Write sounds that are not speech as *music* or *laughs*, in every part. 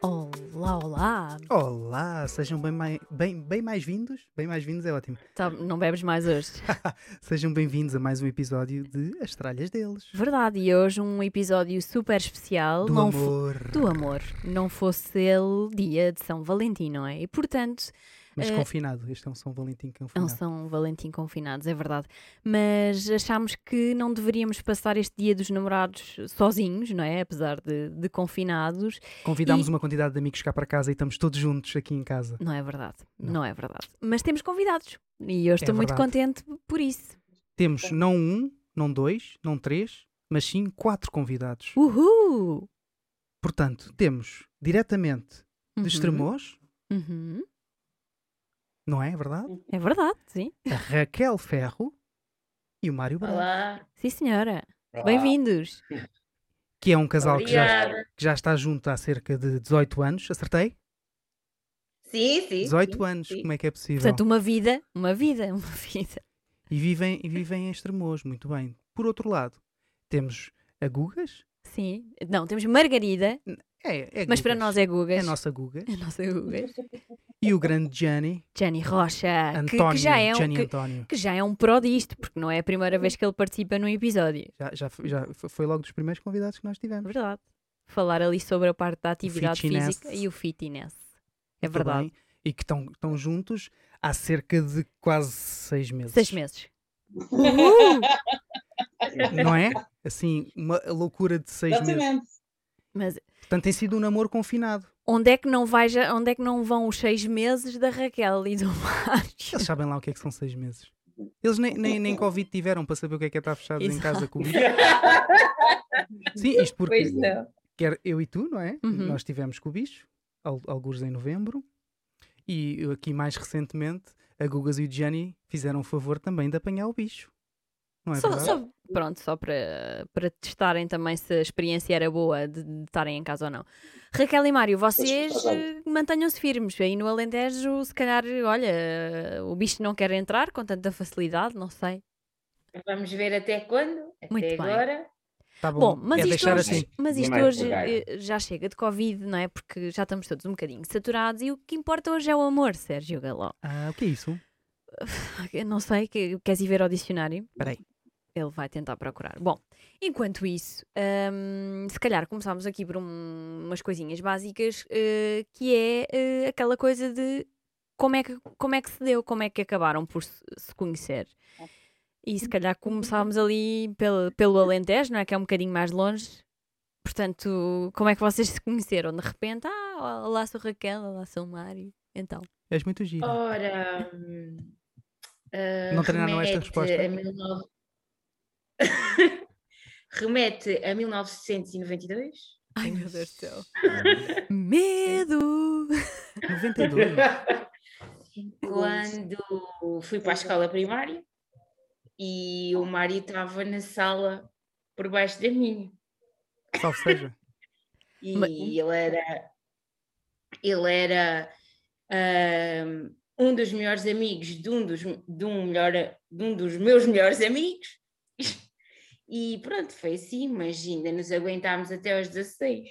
Olá, olá! Olá, sejam bem mais, bem, bem mais vindos, bem mais vindos é ótimo. Tá, não bebes mais hoje. Sejam bem-vindos a mais um episódio de As Tralhas Deles. *laughs* Verdade, e hoje um episódio super especial. Do não fo- amor. Do amor. Não fosse ele dia de São Valentim, não é? E portanto, Mas eh, confinado, este é um São Valentim não confinado. são Valentim confinados, é verdade. Mas achámos que não deveríamos passar este dia dos namorados sozinhos, não é? Apesar de, de confinados. Convidámos E- uma quantidade de amigos cá para casa e estamos todos juntos aqui em casa. Não é verdade. Não, Não. É é verdade. Mas temos convidados. E eu estou muito verdade. contente por isso. Temos não um, não dois, não três, mas sim quatro convidados. Uh. Uhul! Portanto, temos diretamente Uhum, de Estremoz, uhum. não é verdade? É verdade, sim. A Raquel Ferro e o Mário Branco, Olá. Sim, senhora. Ah, Olá. Bem-vindos. que é um casal que já, Obrigada. que já está junto há cerca de 18 anos, acertei? Sim, sim. 18 sim, anos, sim. como é que é possível? Portanto, uma vida, uma vida, *laughs* uma vida. E, vivem, e vivem em Estremoz, muito bem. Por outro lado, temos a Gugas. Sim. Não, temos Margarida, É, é mas para nós é Gugas. É a nossa *laughs* Gugas. É a nossa Gugas. E o grande Gianni, Gianni Rocha, que- António. que, já é um, Gianni que, António. que já é um pró disto, porque não é a primeira vez que ele participa num episódio. Já, já, foi- já foi- foi logo dos primeiros convidados que nós É tivemos. Tá verdade. Falar ali sobre a parte da atividade fitness. física e o fitness. É Muito verdade. bem. E que estão, estão juntos há cerca de quase seis meses. Seis meses. Uh! *laughs* Não é? Assim, uma loucura de seis meses. Exatamente. Mas Portanto, tem sido um namoro confinado. onde é que não vais, a- onde é que não vão os seis meses da Raquel e do Mário? Eles sabem lá o que é que são seis *laughs* meses. Eles nem, nem, nem Covid tiveram para saber o que é que é estar fechados em casa com o bicho. *laughs* Sim, isto porque Pois não. quer eu e tu, não é? Uhum. Nós tivemos com o bicho, al- alguns em novembro, e eu aqui mais recentemente, a Gugas e o Gianni fizeram o favor também de apanhar o bicho. Não é Só, verdade? só- pronto, só para, para testarem também se a experiência era boa de de estarem em casa ou não. Raquel e Mário, vocês Pois, eh, mantenham-se firmes. Aí no Alentejo, se calhar, olha, o bicho não quer entrar com tanta facilidade, não sei. Vamos ver até quando, até Muito bem. agora. Tá Bom, mas é isto deixar hoje, assim. mas Nem isto mais hoje devagar. eh, já chega de Covid, não é? Porque já estamos todos um bocadinho saturados e o que importa hoje é o amor, Sérgio Galó. Ah, o que é isso? Eu não sei, que, queres ir ver ao dicionário? Espera aí. Ele vai tentar procurar. Bom, enquanto isso, hum, se calhar começámos aqui por um- umas coisinhas básicas, eh, que é eh, aquela coisa de como é, que, como é que se deu, como é que acabaram por se, se conhecer. E se calhar começámos ali pelo, pelo Alentejo, não é? Que é um bocadinho mais longe. Portanto, como é que vocês se conheceram? De repente, ah, olá sou Raquel, olá sou Mário. Então, És muito gira. Ora. hum, ah, Não treinaram esta remete resposta? a 19 *laughs* remete a 1992. ai meu Deus do céu. Medo! 92. Quando fui para a escola primária e o Mário estava na sala por baixo da minha. Salve seja. E Ma- ele era, ele era ahm, um dos melhores amigos de um dos, de um melhor, de um dos meus melhores amigos. *laughs* E pronto, foi assim, mas ainda nos aguentámos até aos 16.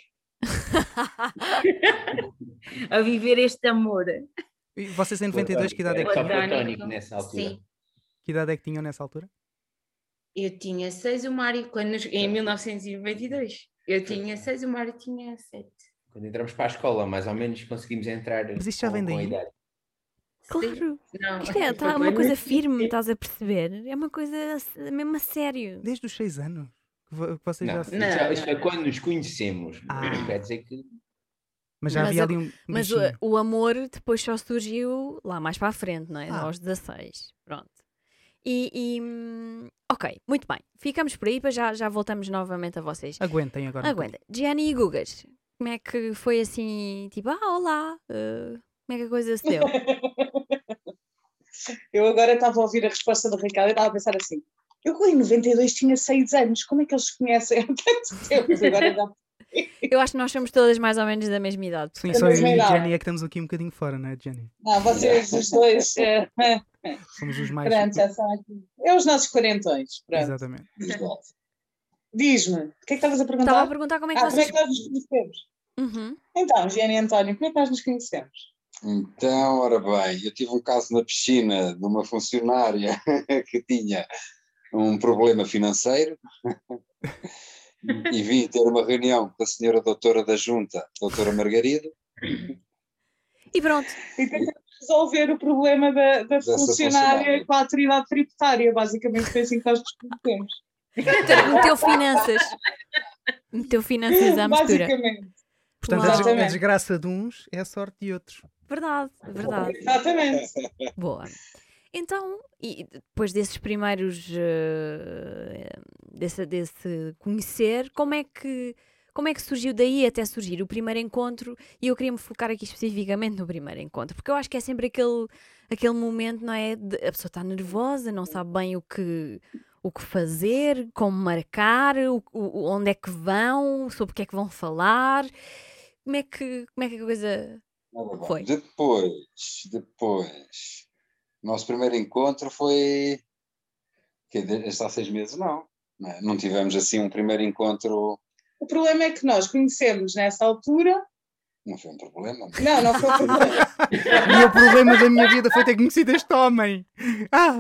A viver este amor. E vocês em 92, que idade, é que, Só tinham? Platão. platónico nessa altura. Sim, que idade é que tinham nessa altura? eu tinha 6, o Mário, quando nos- em 1992. Eu tinha 6, o Mário tinha 7. Quando entramos para a escola, mais ou menos conseguimos entrar. Mas isto já com- vem com a daí? idade. Claro! Não, Isto é tá, foi uma coisa muito firme, estás a perceber? É uma coisa a- mesmo a sério. Desde os 6 anos. que vo- que vocês já... Não, se- Não, isto- isto não. foi quando nos conhecemos. Ah. Quer dizer que Mas já Mas havia a- ali um Mas o, bichinho. o amor depois só surgiu lá mais para a frente, não é? Ah. Aos 16. Pronto. E, e, hum, Ok, muito bem. Ficamos por aí, para já, já voltamos novamente a vocês. Aguentem agora. um Aguenta. Gianni e Gugas, como é que foi assim? Tipo, ah, olá. eh, como é que a coisa *laughs* se deu? Eu agora estava a ouvir a resposta do Ricardo e estava a pensar assim: eu em 92 tinha 6 anos, como é que eles se conhecem há tanto tempo? Agora já Eu acho que nós somos todas mais ou menos da mesma idade. Sim, Eu só eu não e sei a nada. Jenny é que estamos aqui um bocadinho fora, não é, Jenny? não, vocês os dois, *laughs* eh, Somos os mais. pronto, já são aqui. É os nossos quarentões, pronto. Exatamente. os dois. Diz-me, o que é que estavas a Estava a perguntar? perguntar como é que Ah, como é vocês que nós nos conhecemos? Uhum. Então, Giane e António, como é que nós nos conhecemos? Então, ora bem, eu tive um caso na piscina de uma funcionária *laughs* que tinha um problema financeiro e vim ter uma reunião com a senhora doutora da junta, doutora Margarida, E pronto, E tentamos resolver o problema da, da Dessa funcionária funcionária. com a autoridade tributária, basicamente foi assim que nós nos conhecemos. meteu- meteu finanças. Meteu finanças à mistura. Basicamente, Portanto, a des- a, Exatamente. desgraça de uns é a sorte de outros. Verdade, verdade. *laughs* exatamente. Boa. Então, e depois desses primeiros. eh, desse, desse conhecer, como é que. Como é que surgiu daí até surgir o primeiro encontro? E eu queria me focar aqui especificamente no primeiro encontro, porque eu acho que é sempre aquele, aquele momento, não é? De- a pessoa está nervosa, não sabe bem o que, o que fazer, como marcar, o- o- onde é que vão, sobre o que é que vão falar. Como é que, como é que a coisa. Nada bem. Foi. Depois, depois, nosso primeiro encontro foi. Quer dizer, está há seis meses, não. Não é? Não tivemos assim um primeiro encontro. O problema é que nós conhecemos nessa altura. Não foi um problema. mas- Não, não foi o problema. E o problema da minha vida foi ter conhecido este homem. Ah,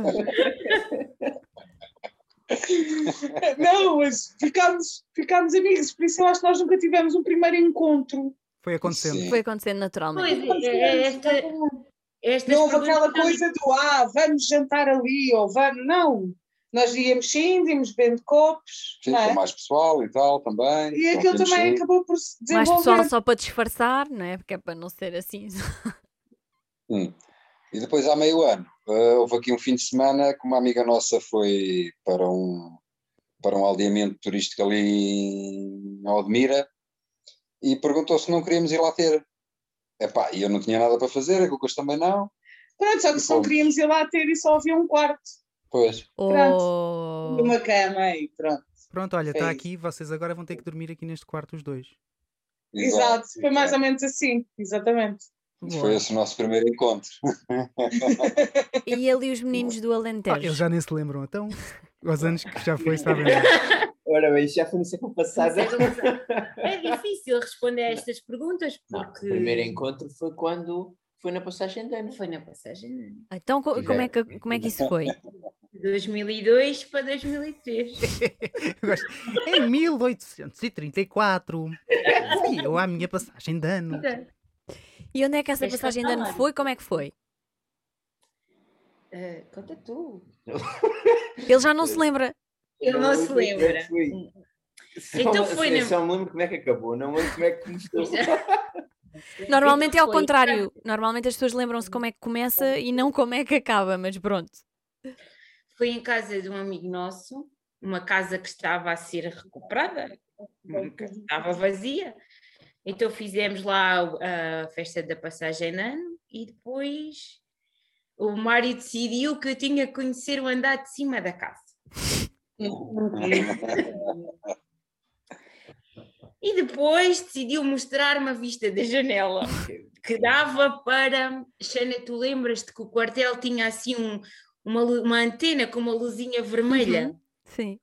não, mas ficámos, ficámos amigos, por isso eu acho que nós nunca tivemos um primeiro encontro. foi acontecendo. Sim. Foi acontecendo naturalmente. Pois é, é, esta, estas Não houve aquela perguntas- coisa do ah, vamos jantar ali ou vamos. Não. Nós íamos sim, íamos bebendo copos. *laughs* Sim, não é? com mais pessoal e tal também. E com aquilo menos também é gente. acabou por se mais desenvolver. pessoal só para disfarçar, não é? Porque é para não ser assim. Hum. E depois, há meio ano, eh, houve aqui um fim de semana que uma amiga nossa foi para um, para um aldeamento turístico ali em Odmira e perguntou se não queríamos ir lá ter. Epá, e eu não tinha nada para fazer, a Cucas também não. Pronto, só que se não Fomos. queríamos ir lá ter e só havia um quarto Pois, Oh. Ou e uma cama e pronto. Pronto, olha, Foi está isso. aqui, vocês agora vão ter que dormir aqui neste quarto os dois. Exato, foi mais ou menos assim, exatamente. menos. Foi esse o nosso primeiro encontro. e ali os meninos do Ah, Alentejo. eles já nem se lembram, então, aos anos que já foi, sabem. lá. *laughs* Ora bem, isto já foi no século passado. *laughs* É difícil responder a estas perguntas Não, o porque primeiro encontro foi quando foi na passagem de ano. foi na passagem Então, co- como é, que, como é que isso foi? de 2002 para 2003. Eu gosto. Em 1834, fui eu à minha passagem de ano. Então, E onde é que essa Deixa eu passagem de ano falar. foi? Como é que foi? Ah, conta tu. Ele já não se lembra. Ele não se lembro como é lembra. que foi. Só- Então foi eu na- Só me lembro como é que acabou, não me lembro como é que *laughs* começou. Normalmente é ao Foi. contrário. Normalmente as pessoas lembram-se como é que começa e não como é que acaba, mas pronto. Foi em casa de um amigo nosso, uma casa que estava a ser recuperada, Uhum. uma casa que estava vazia. Então fizemos lá o- a festa da passagem de ano e depois o Mário decidiu que eu tinha que conhecer o andar de cima da casa. E depois decidiu mostrar-me a vista da janela, que dava para. Xana, tu lembras-te que o quartel tinha assim um- uma, lu- uma antena com uma luzinha vermelha? Uhum. Uhum, Sim.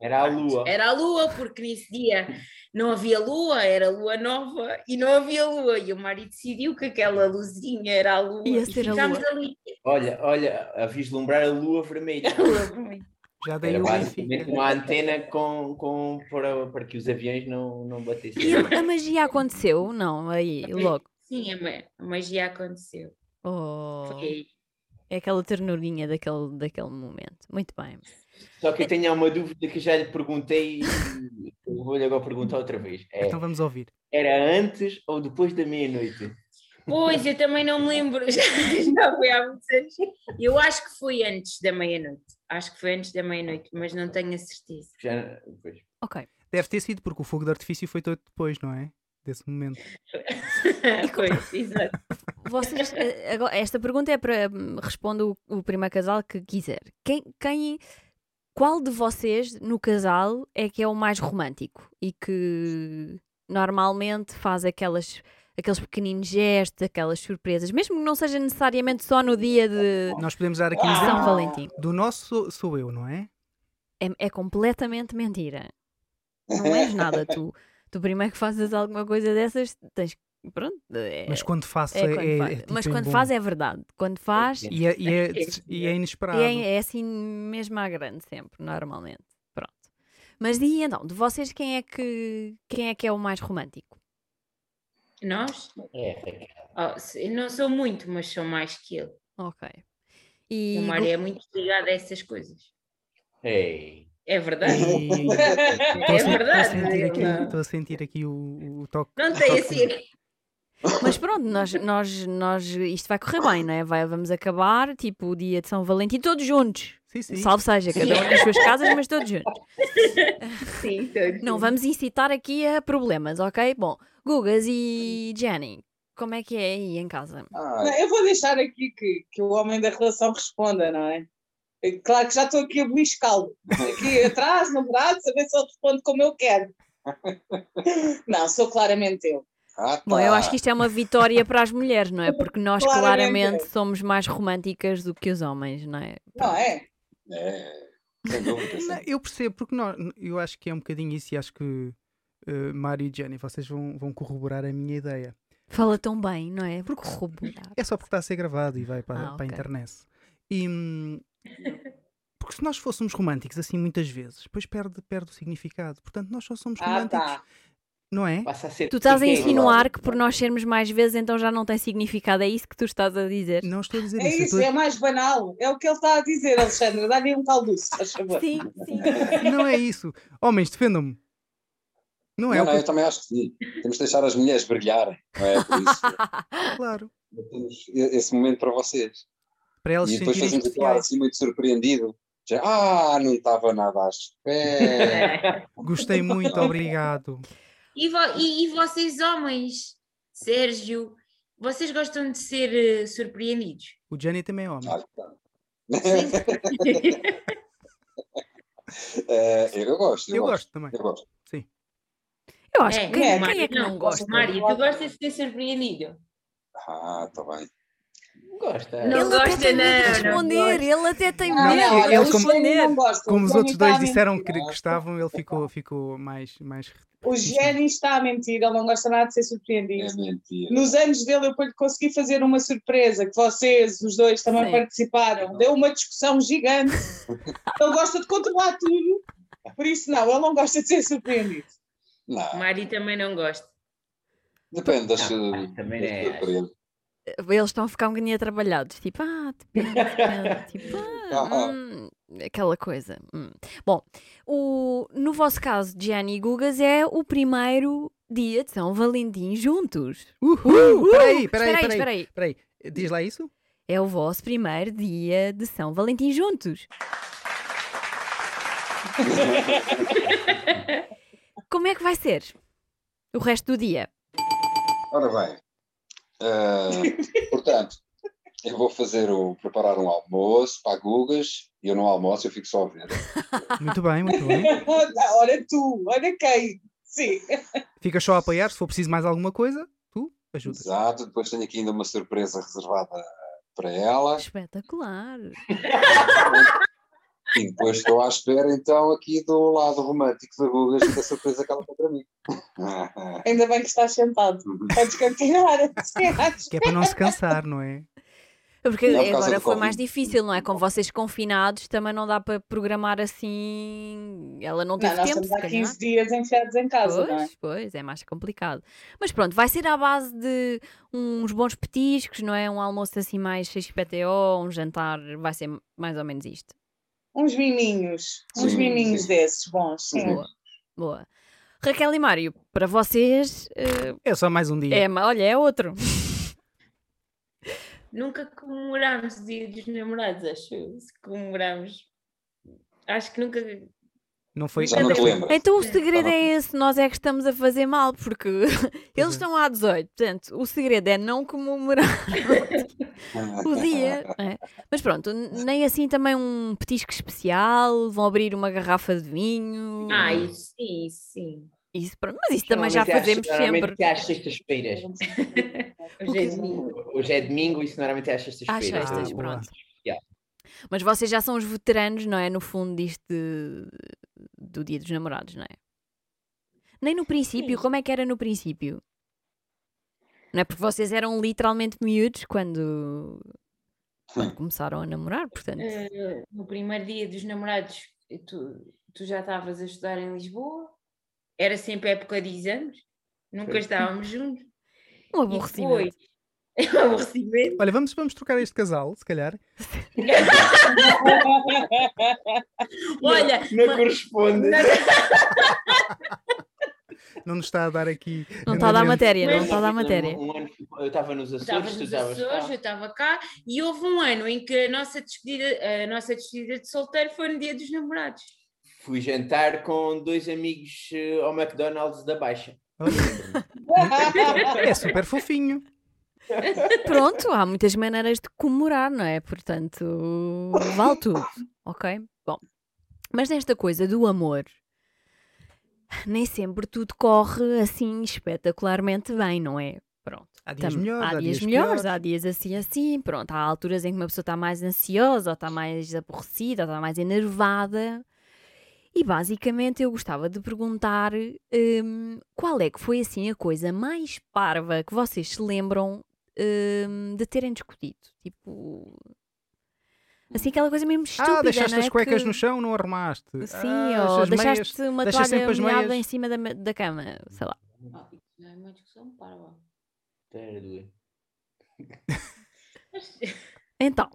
Era a lua. Era a lua, porque nesse dia não havia lua, era lua nova e não havia lua. E o marido decidiu que aquela luzinha era a lua. Ia e ser a ficámos lua. ali. Olha, olha, a vislumbrar a lua vermelha. a lua vermelha. Já dei Era o basicamente Benfica. uma antena com, com, para, para que os aviões não, não batessem. E a magia aconteceu? Não, aí, logo. Sim, a ma- a magia aconteceu. Oh, Foi. é aquela ternurinha daquele, daquele momento. Muito bem. Só que eu tenho uma dúvida que já lhe perguntei e vou-lhe agora perguntar outra vez. É, Então vamos ouvir. era antes ou depois da meia-noite? Pois, eu também não me lembro, *laughs* já, já foi há muitos anos. Eu acho que foi antes da meia-noite. Acho que foi antes da meia-noite, mas não tenho a certeza. Já, pois. Ok. Deve ter sido porque o fogo de artifício foi todo depois, não é? Desse momento. Pois, exato. Vocês, eh, agora, esta pergunta é para hum, responda o, o primeiro casal que quiser. Quem, quem, qual de vocês no casal é que é o mais romântico e que normalmente faz aquelas, aqueles pequeninos gestos, aquelas surpresas, mesmo que não seja necessariamente só no dia de Nós podemos dar aqui um São exemplo. Valentim? Do nosso sou, sou eu, não é? É, é completamente mentira. Não és nada tu. Tu primeiro que fazes alguma coisa dessas, tens que- Pronto, é, Mas quando faço é é. quando faz. é tipo Mas em quando bom. faz é verdade. Quando faz, e E é, e é, É. e é inesperado. é, é assim mesmo à grande sempre, normalmente. Pronto. Mas e então, de vocês quem é que quem é que é o mais romântico? Nós? É, Raquel. Oh, se- não sou muito, mas sou mais que ele. Ok. O E Mário é muito ligado a essas coisas. Ei. É verdade. E- É Estou a sen- estou a verdade, sentir não é aqui- verdade. estou a sentir aqui o, o toque. Não o tem toque- assim. Mas pronto, nós, nós, nós, isto vai correr bem, não é? Vai, vamos acabar, tipo, o dia de São Valentim, todos juntos. Sim, sim. Salve seja, cada um nas suas casas, mas todos *laughs* juntos. Sim, assim, todos. Não vamos incitar aqui a problemas, ok? Bom, Gugas e Jenny, como é que é aí em casa? Ah, Não, Eu vou deixar aqui que, que o homem da relação responda, não é? É Claro que já estou aqui a beliscá-lo. Aqui atrás, no braço, a ver se ele responde como eu quero. *laughs* Não, sou claramente eu. ah, tá. Bom, eu acho que isto é uma vitória para as mulheres, não é? Porque nós Claramente. claramente somos mais românticas do que os homens, não é? Não é? É, sem dúvida. Não, Sem... eu percebo, porque nós, eu acho que é um bocadinho isso e acho que eh, Mário e Jenny, vocês vão, vão corroborar a minha ideia. Fala tão bem, não é? Porque corroborar. É só porque está a ser gravado e vai para, Ah, para ok. a internet. E, hum, porque se nós fôssemos românticos assim muitas vezes, depois perde, perde o significado. Portanto, nós só somos Ah, românticos, tá. não é? Passa a ser. Tu estás a Quem é que insinuar vai? que por nós sermos mais vezes então já não tem significado, é isso que tu estás a dizer? Não estou a dizer É isso. eu isso, estou a- é mais banal. É o que ele está a dizer, Alexandre. Dá-lhe um calduço, faz favor. Sim, sim. Não é isso. Homens, defendam-me. Não é Não, o que não, eu também acho que sim. Temos de deixar as mulheres brilharem, não é? Por isso, eu- claro. temos esse momento para vocês. Para elas se E depois sentirem fazemos aquele ar especiais. assim muito surpreendido. Já, ah, não estava nada à espera. *laughs* Gostei muito, obrigado. É. E, vo- e- e vocês, homens, Sérgio, vocês gostam de ser eh, surpreendidos? O Jenny também é homem. Ah, tá. Sim. Eh, eu gosto, eu, eu gosto também. Eu gosto. Eu acho É, que quem, é, quem é que não, gosta? Mário, tu gostas de ser surpreendido? Ah, está bem. Gosta. Não ele até gosta, tem medo de não, não responder, ele até tem Não, medo não, de olha, o Gênio responder. não É gosta. Como o os Gênio outros está dois a disseram que mentir. gostavam, ele ficou, ficou mais, mais. O Gênio está a mentir, ele não gosta nada de ser surpreendido. É mentira. Nos anos dele eu lhe consegui fazer uma surpresa, que vocês, os dois, também Sim. participaram. Deu uma discussão gigante. *laughs* ele gosta de controlar tudo, por isso não, ele não gosta de ser surpreendido. Não, Mário também não gosta. depende das. Não, também das é. surpresas. *laughs* Eles estão a ficar um bocadinho atrabalhados, tipo, ah, depende, depende, tipo, ah, Ah. hum, aquela coisa. hum. Bom, o, no vosso caso, Gianni e Gugas é o primeiro dia de São Valentim juntos. Uhul! Peraí, Uh, espera aí, peraí, peraí. espera aí. Peraí, diz lá isso? É o vosso primeiro dia de São Valentim juntos. Como é que vai ser o resto do dia? Ora bem. eh, portanto, eu vou fazer o, preparar um almoço para a Gugas. e Eu não almoço, eu fico só a ver. Muito bem, muito bem. Olha tu, olha quem. Sim, Ficas só a apoiar, se for preciso mais alguma coisa, tu ajudas. Exato, depois tenho aqui ainda uma surpresa reservada para ela. Espetacular. E depois estou à espera, então, aqui do lado romântico da Gugas e da surpresa que ela tem para mim. ainda bem que estás sentado. Podes continuar *laughs* a ser. Que é para não se cansar, não é? Porque Não, por causa agora do foi Covid. mais difícil, não é? Com vocês confinados também não dá para programar assim. Ela não teve Não, nós tempo, estamos se há calhar. 15 dias enfiados em casa, não é? Pois, pois, é mais complicado. Mas pronto, vai ser à base de uns bons petiscos, não é? Um almoço assim mais XPTO, um jantar, vai ser mais ou menos isto. Uns miminhos, uns Sim, miminhos sim. desses bons, sim. Boa, boa. Raquel e Mário, para vocês, eh, É só mais um dia. é, ma- olha, é outro. Nunca comemorámos o dia dos namorados, acho eu. Se comemorámos. Acho que nunca. Não foi? Já não te lembro. Então o segredo é esse, nós é que estamos a fazer mal, porque *laughs* é. eles estão há 18, portanto, o segredo é não comemorar *laughs* o *laughs* dia. não é? Mas pronto, n- nem assim também um petisco especial, vão abrir uma garrafa de vinho. Ah, isso sim, isso sim. Isso, pronto, mas isso também já Normalmente é às- fazemos sempre. Normalmente é às sextas-feiras. *laughs* Hoje é domingo. *laughs* Hoje é domingo, isso normalmente é às Às sextas-feiras. sextas, Ah, boa. pronto. Mas vocês já são os veteranos, não é? No fundo, disto de- do Dia dos Namorados, não é? Nem no princípio, como é que era no princípio? Não é porque vocês eram literalmente miúdos quando, quando começaram a namorar, portanto. Eh, no primeiro dia dos namorados, tu, tu já estavas a estudar em Lisboa, era sempre época de exames, nunca Sim. *laughs* estávamos juntos. Um E aborrecimento. depois, *laughs* é um *laughs* aborrecimento. Olha, vamos, vamos trocar este casal, se calhar. Olha, Não ma- corresponde. Não nos está a dar aqui. Não está a dar andamento. matéria, não Mas- está a dar matéria. Um ano- eu estava nos Estava Açores, tu nos estavas Açores, tá. eu cá. estava cá, e houve um ano em que a nossa despedida, a nossa despedida de solteiro foi no dia dos namorados. Fui jantar com dois amigos eh, ao McDonald's da Baixa. Olha, É super fofinho. *laughs* Pronto, há muitas maneiras de comemorar, não é? Portanto, vale tudo. Ok? Bom. Mas nesta coisa do amor, nem sempre tudo corre assim espetacularmente bem, não é? Pronto. Há dias Tam- melhores, há dias melhores, há dias assim assim, pronto, há alturas em que uma pessoa está mais ansiosa, ou está mais aborrecida, ou está mais enervada. E basicamente eu gostava de perguntar hum, qual é que foi assim a coisa mais parva que vocês se lembram hum, de terem discutido? Tipo. Assim, aquela coisa mesmo estúpida, ah, deixaste não é? as cuecas que- no chão, não arrumaste. Sim, Ah, ou as deixaste meias- uma deixas sempre toalha as molhada meias. em cima da, ma- da cama, sei lá. Ah, isso não é uma discussão *laughs* parva. Era doer. Mas- Então.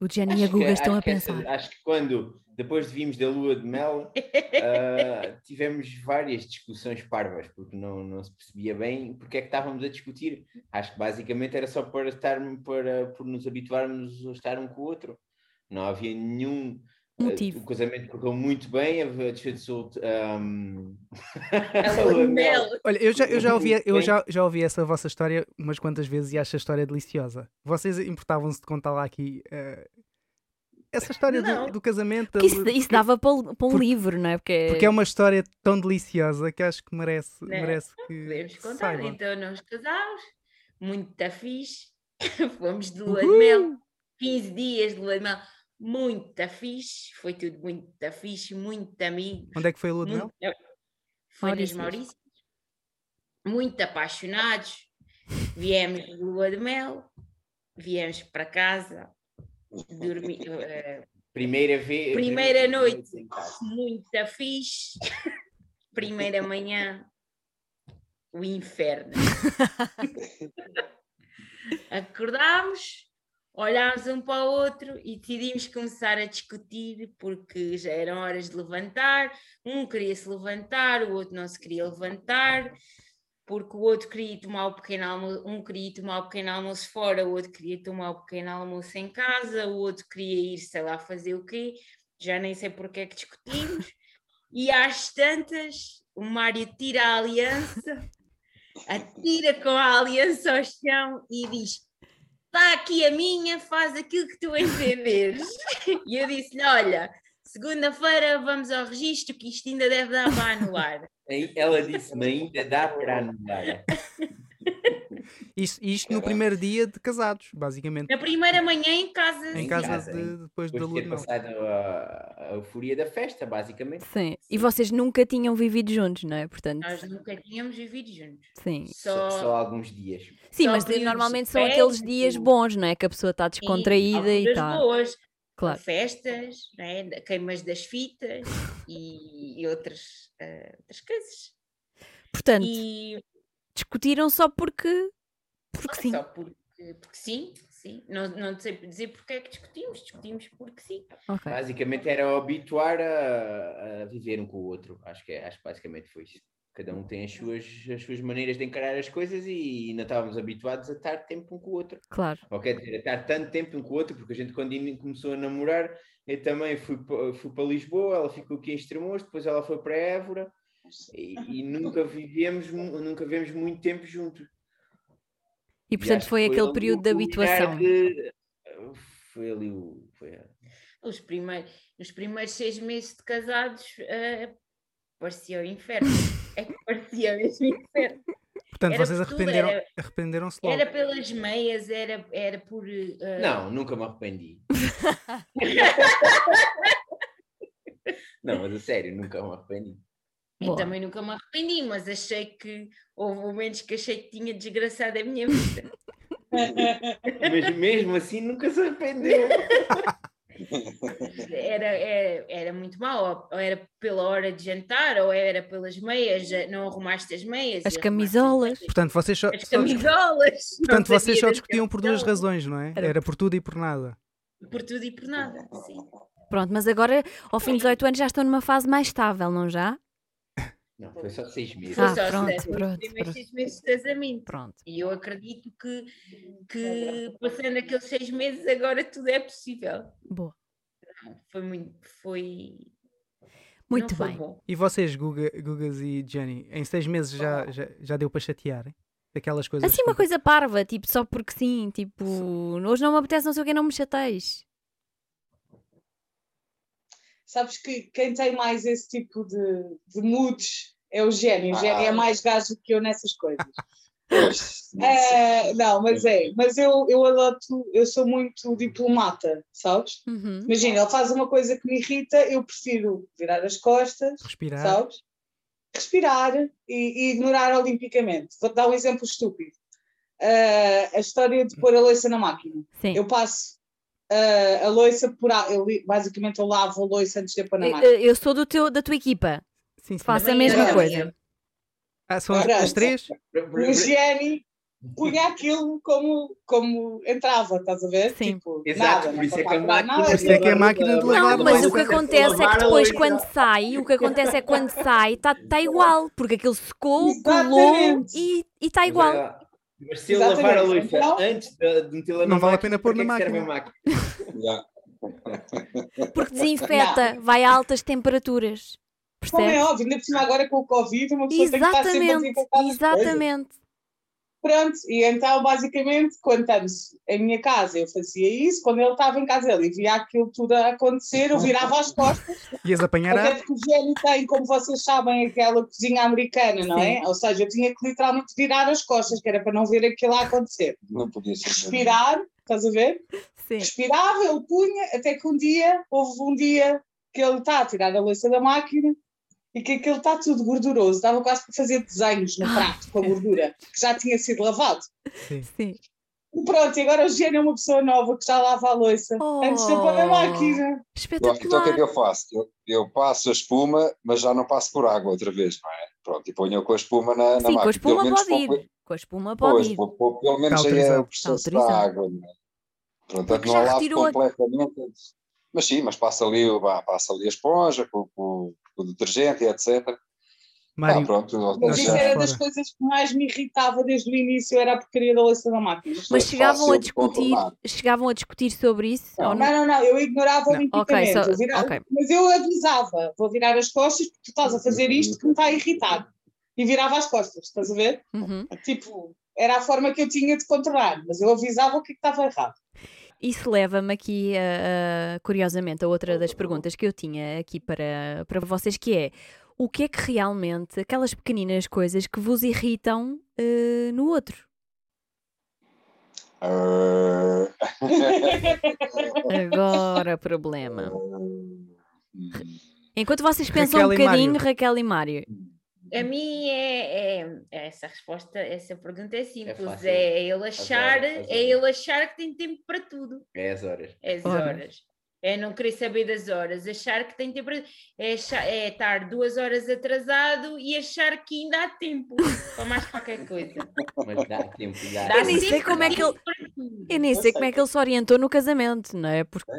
O Jenny e a Acho que- Guga estão acho a que essa- pensar. acho que quando, depois de vimos da lua de mel, *laughs* ah, tivemos várias discussões parvas, porque não, não se percebia bem porque é que estávamos a discutir. Acho que basicamente era só para estar, para, por nos habituarmos a estar um com o outro. Não havia nenhum. ah, Motivo. o casamento correu muito bem, a desfeita de solto. A lua de mel. Olha, eu já, eu já, Uhum. ouvi, eu Sim. já, já ouvi essa vossa história umas quantas vezes e acho a história deliciosa. Vocês importavam-se de contar lá aqui eh, essa história do, Não. do casamento? da Porque isso, lua- isso dava para, um- para um porque- livro, não é? Porque, Porque é uma história tão deliciosa que acho que merece, Né? merece que. Podemos que contar, saibam. então nós casámos, muito tá fixe, *laughs* fomos de lua de mel, 15 dias de lua de mel, muito tá fixe, foi tudo muito tá fixe, muito amigo, Onde é que foi a lua de mel? muito, foi nas Maurícios. Maurícias, muito apaixonados, viemos de lua de mel, viemos para casa, dormi, eh, Primeira vez. Primeira noite. em casa. muito tá fixe, primeira manhã, o inferno. Acordámos, olhámos um para o outro e decidimos começar a discutir porque já eram horas de levantar. Um queria se levantar, o outro não se queria levantar, porque o outro queria tomar o pequeno almoço, um queria tomar o pequeno almoço fora, o outro queria tomar o pequeno almoço em casa, o outro queria ir, sei lá, fazer o quê. Já nem sei porque é que discutimos. E às tantas, o Mário tira a aliança atira com a aliança ao chão e diz: está aqui a minha, faz aquilo que tu entenderes. E eu disse-lhe: olha, segunda-feira vamos ao registro que isto ainda deve dar para anular. Aí Ela disse-me ainda dá para anular. Isto, isto no Caramba. primeiro dia de casados, basicamente. Na primeira manhã em casa. Em em casa casa, de- hein? depois da Depois de lua de ter mel. passado a, a euforia da festa, um basicamente. Sim. E vocês nunca tinham vivido juntos, não é? Portanto, Nós nunca tínhamos vivido juntos. sim. Só, Só, só alguns dias. Sim, só mas períodos de normalmente são férias, aqueles dias tipo, bons, não é? Que a pessoa está em descontraída e alturas está. boas, Claro. festas, né? da- queimas das fitas e, e outras, eh, outras coisas. Portanto, E discutiram só porque. Porque sim. Só porque, porque sim, sim. Não, não sei dizer porque é que discutimos, discutimos porque sim. Ok. Basicamente era habituar a, a viver um com o outro. Acho que, é- acho que basicamente foi isso. Cada um tem as suas, as suas maneiras de encarar as coisas e ainda estávamos habituados a estar tempo um com o outro. Claro. Ou quer dizer, a estar tanto tempo um com o outro, porque a gente quando in- começou a namorar, eu também fui, pa- fui para Lisboa, ela ficou aqui em Estremoz, depois ela foi para Évora e, e nunca vivemos, mu- nunca vivemos muito tempo juntos. E portanto acho que um foi aquele ali o período de culminar habituação. de- Foi ali o. Foi a- Os primeiros, os primeiros seis meses de casados eh, parecia *laughs* o inferno. É que parecia mesmo o inferno. Portanto, Era vocês por tudo, arrependeram, era- arrependeram-se logo. Era pelas meias, era, era por. eh, Não, nunca me *laughs* arrependi. não, mas a sério, nunca me arrependi. E Boa. também nunca me arrependi, mas achei que houve momentos que achei que tinha desgraçado a minha vida. Mas mesmo assim nunca se arrependeu. Era, era, era muito mal, ou era pela hora de jantar, ou era pelas meias, eh, não arrumaste as meias. As e arrumaste camisolas. meias. Portanto, vocês só, As só *laughs* dis- *laughs* camisolas! não portanto, sabia vocês só das discutiam por duas camisolas. razões, não é? Era- Era por tudo e por nada. Por tudo e por nada, sim. Pronto, mas agora, ao fim dos oito anos, já estão numa fase mais estável, não já? Não, foi só seis meses. Ah, Foi só pronto, seis- pronto, os primeiros pronto. seis meses de casamento. Pronto. E eu acredito que, É que passando aqueles seis meses agora tudo é possível. Boa. Foi muito, foi... Muito não foi bem. bom. E vocês, Guga, Gugas e Jenny, em seis meses já, já, já deu para chatear? hein? Daquelas coisas. Assim, uma que- coisa parva, tipo, só porque sim, tipo, hoje não me apetece, não sei o que, não me chateis. Sabes que quem tem mais esse tipo de, de moods é o Gênio. O Ah. Gênio é mais gajo do que eu nessas coisas. Pois, não sei. É, não, mas é. Mas eu, eu adoto, eu sou muito diplomata, sabes? Uhum. Imagina, ele faz uma coisa que me irrita, eu prefiro virar as costas, Respirar. sabes? Respirar e, e ignorar olimpicamente. Vou dar um exemplo estúpido. Ah, a história de pôr a louça na máquina. Sim. Eu passo ah, a louça por. a- Eu, li- basicamente, eu lavo a louça antes de a pôr na Eu, máquina. eu sou do teu, da tua equipa. Sim, sim. Faço a Também mesma era. coisa. Ah, são as, as três? *laughs* O Gianni punha aquilo como, como entrava, estás a ver? Sim. Tipo, Exato, nada, por não isso é que faltava a máquina- nada. Por isso é que é a máquina de lavar Não, a mas o louça. que acontece é que *laughs* Lavar a depois louça. quando sai, o que acontece é que quando sai, está tá igual, porque aquilo secou, colou Exatamente. e está igual. é, Mas se eu lavar a Exatamente. louça Então- antes de, de metê-la na Não vale a pena máquina, pôr para na que é que serve a máquina. Já. Porque desinfeta, vai a altas temperaturas. Como é Percebe? óbvio, ainda por cima agora com o Covid, uma pessoa tem que estar sempre assim a Exatamente, desinfetar as coisas. exatamente. Pronto, e então basicamente, quando estamos em minha casa, eu fazia isso, quando ele estava em casa, ele via aquilo tudo a acontecer, eu virava as costas, Ias apanhar até a... porque o Gênio tem, como vocês sabem, aquela cozinha americana, não é? Ou seja, eu tinha que literalmente virar as costas, que era para não ver aquilo a acontecer. Não podia ser. Respirar, estás a ver? Sim. Respirava, ele punha, até que um dia, houve um dia que ele está a tirar a louça da máquina e que aquilo está tudo gorduroso, dava quase para fazer desenhos Ah. no prato com a gordura, que já tinha sido lavado. Sim. E Pronto, e agora o Gênio é uma pessoa nova que já lava a louça. Oh. Antes de eu pôr na máquina. Então, então o que é que Espetacular. eu faço? Eu, eu passo a espuma, mas já não passo por água outra vez, não é? Pronto, e ponho com a espuma na, na Sim, máquina. com a Pelo espuma menos pode pouco- ir. Com a espuma Pois, pode ir. pô- pô- pelo menos Está aí é o autorizado, está processo da autorizado. água. não é? Portanto, Porque não já lavo retirou a- completamente. antes. Mas sim, mas passa ali, o- vá, passa ali a esponja com, com- com o detergente e etc. Ah, Mário, pronto, ou Mas Não, isso é- seja, já era fora. das coisas que mais me irritava desde o início, era a porcaria da louça da máquina. Mas é chegavam fácil a de discutir, controlar. chegavam a discutir sobre isso? Não, ou Não, não, não, eu ignorava Não, olímpicamente. ok, só- eu virava- ok. Mas eu avisava, vou virar as costas porque tu estás a fazer isto que me está a irritar. E virava as costas, estás a ver? Uhum. Tipo, era a forma que eu tinha de controlar, mas eu avisava o que é que estava errado. Isso leva-me aqui, a- a, curiosamente, a outra das perguntas que eu tinha aqui para, para vocês, que é o que é que realmente, aquelas pequeninas coisas que vos irritam eh, no outro? Ah, Agora, problema. hum, Enquanto vocês pensam um Raquel e bocadinho, Mário. Raquel e Mário. A mim é, é- é essa resposta, essa pergunta é simples. fácil. É, ele achar, horas, às é ele achar que tem tempo para tudo. É as horas. É as Horas. horas. É não querer saber das horas, achar que tem tempo para. É, achar- é estar duas horas atrasado e achar que ainda há tempo para mais qualquer coisa. Mas dá tempo, dá Dá Eu nem sei sempre como é que ele- tempo para tudo. Eu nem sei como é que ele se orientou no casamento, não é? Porque,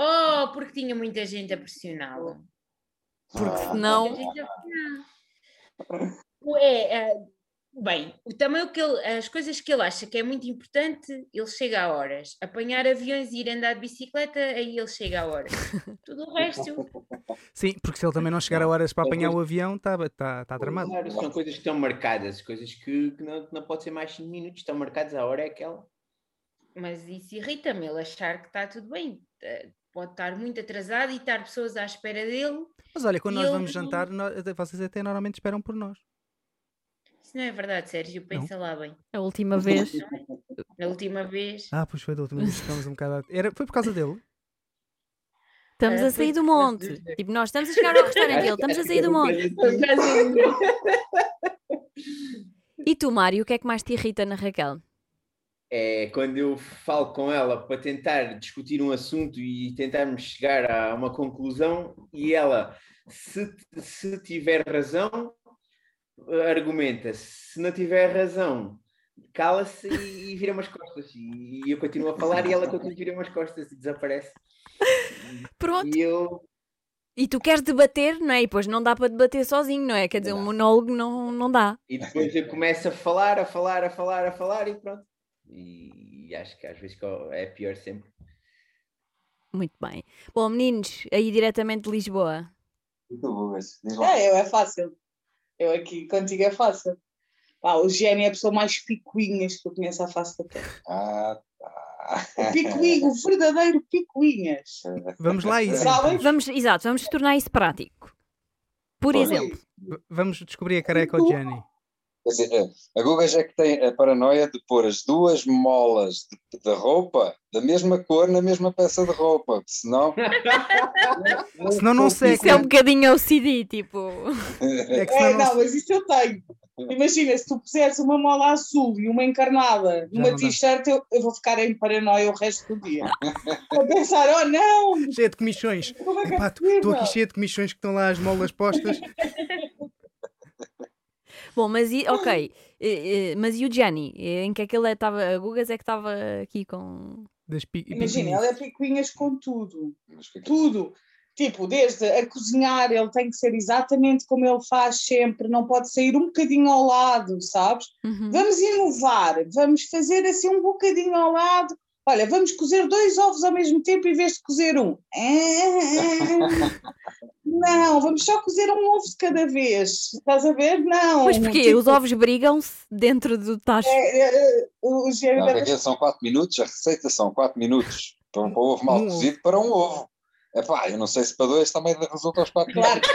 Oh, porque tinha muita gente a pressioná-lo. porque ah, senão. Muita gente a pressioná-lo. É, ah, bem, o- também o que ele- as coisas que ele acha que é muito importante, ele chega a horas. Apanhar aviões e ir andar de bicicleta, aí ele chega a horas. Tudo o resto, Sim, porque se ele também não chegar a horas para apanhar o avião, está tá, tá tramado. Claro, são coisas que estão marcadas, coisas que, que não, que não pode ser mais 5 minutos, estão marcadas, a hora é aquela. mas isso irrita-me, ele achar que está tudo bem. Eh, Pode estar muito atrasado e estar pessoas à espera dele. Mas olha, quando E nós eu- vamos jantar, nó- eh, vocês até normalmente esperam por nós. Isso não é verdade, Sérgio, pensa lá bem. A última vez. Na última vez, *laughs* Ah, pois foi da última vez que ficámos um bocado. à- Era, foi por causa dele? Estamos É, a sair pois, do monte. Tipo, nós estamos a chegar ao É, restaurante e ele, estamos a sair um do monte. assim. E tu, Mário, o que é que mais te irrita na Raquel? É quando eu falo com ela para tentar discutir um assunto e tentarmos chegar a uma conclusão e ela, se, se tiver razão, argumenta. Se não tiver razão, cala-se e, e vira umas costas. E, eu continuo a falar e ela continua a virar umas costas e desaparece. Pronto. E eu, E tu queres debater, não é? E depois não dá para debater sozinho, não é? Quer dizer, um dá. monólogo não, não dá. e depois eu começo a falar, a falar, a falar, a falar e pronto. E, e acho que às vezes que é pior sempre. *laughs* Muito bem. Bom, meninos, aí diretamente de Lisboa. Muito boas. Diz lá. Ah, eu é fácil. Eu aqui contigo é fácil. Pá, o Gianni é a pessoa mais picuinhas que eu conheço à face da terra. Ah, pá. *laughs* Picuinho, o é verdadeiro picuinhas. Vamos lá a isso. Sabem? então. Vamos, exato, vamos tornar isso prático. Por Olha. exemplo, V- Vamos descobrir a careca ao Jenny. Quer dizer, é, a Gugas é que tem a paranoia de pôr as duas molas de- da roupa da mesma cor na mesma peça de roupa, *laughs* senão. Senão não seca. isso é um bocadinho OCD, tipo. É que É, senão não, não... mas isso eu tenho. Imagina, se tu puseres uma mola azul e uma encarnada numa não dá. t-shirt, eu, eu vou ficar em paranoia o resto do dia. a pensar, oh não, Cheia de comichões. como é que é Estou possível? aqui cheia de comichões que estão lá as molas postas. Bom, mas e, ok. eh, eh, mas e o Gianni? Eh, Em que é que ele estava? A Gugas é que estava aqui com. Das pi... Imagina, biquínis. ela é picuinhas com tudo. Mas que- tudo. Tipo, desde a cozinhar, ele tem que ser exatamente como ele faz sempre, não pode sair um bocadinho ao lado, sabes? Uhum. Vamos inovar, vamos fazer assim um bocadinho ao lado. Olha, vamos cozer dois ovos ao mesmo tempo em vez de cozer *laughs* um. Ah, Não, vamos só cozer um ovo de cada vez. Estás a ver? Não. Mas porquê? tipo, Os ovos brigam-se dentro do tacho. é, é, é, o gênero Não, da- Raquel, são 4 minutos, a receita são 4 minutos para um para um ovo mal Um ovo. cozido para um ovo. Epá, eu não sei se para dois também resulta aos 4 Claro. minutos.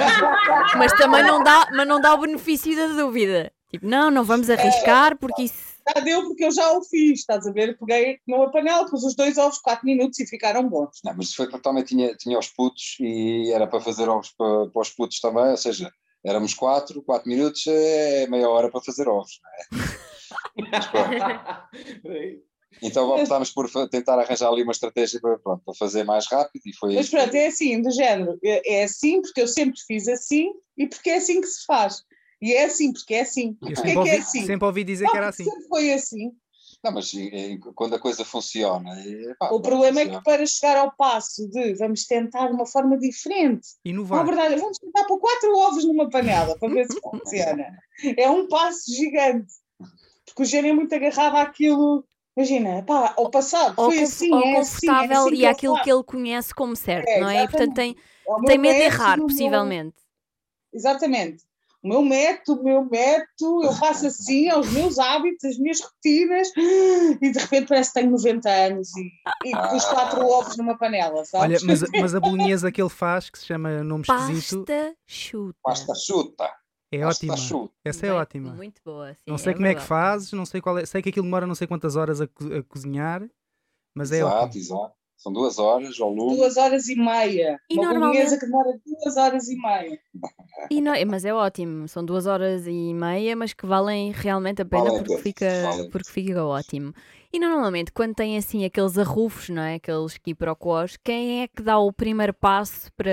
Mas também não dá, mas não dá o benefício da dúvida. Tipo, não, não vamos arriscar porque isso. Já deu porque eu já o fiz, estás a ver? Peguei numa panela, pus os dois ovos 4 minutos e ficaram bons. Não, mas isso foi quando também tinha, tinha os putos e era para fazer ovos para, para os putos também, ou seja, éramos 4, 4 minutos é meia hora para fazer ovos. Não é? Mas pronto. *laughs* Então optámos por fa- tentar arranjar ali uma estratégia para, pronto, para fazer mais rápido e foi Mas isso. pronto, é assim, do género. É é assim porque eu sempre fiz assim e porque é assim que se faz. E é assim porque é assim. Eu Porquê sempre, que é ouvi, assim? sempre ouvi dizer Não, que era assim. Sempre foi assim. Não, mas e- e quando a coisa funciona. e, pá, O pronto, problema é funciona. que para chegar ao passo de vamos tentar de uma forma diferente, na Inovar. verdade, vamos tentar pôr quatro ovos numa panela *laughs* para ver se funciona. É um passo gigante. Porque o gênio é muito agarrado àquilo. Imagina, pá, ao passado Ou, foi conf- assim, ou é assim, é confortável assim e eu aquilo faço. que ele conhece como certo, É, não é? E portanto tem, É o meu tem medo de método, errar, o meu- possivelmente. Exatamente. O meu método, o meu método, eu faço assim, aos meus hábitos, as minhas rotinas, e de repente parece que tenho 90 anos e, e pus quatro ovos numa panela, Olha, sabes? mas, mas a bolinhesa que ele faz, que se chama nome esquisito, Pasta chuta. Pasta chuta. é pasta ótima. chuta. Essa é Bem- ótima. Muito boa, sim. Não sei como é que verdade. fazes, não sei qual é. Sei que aquilo demora não sei quantas horas a, co- a cozinhar, mas é exato, ótimo. exato. São duas horas ao lume. Duas horas e meia. E uma normalmente- bolonhesa que demora duas horas e meia. E não- mas é ótimo, são duas horas e meia, mas que valem realmente a pena Valem a porque, pena, fica, valem. porque fica ótimo. E normalmente, quando tem assim aqueles arrufos, não é? Aqueles quiproquos, quem é que dá o primeiro passo para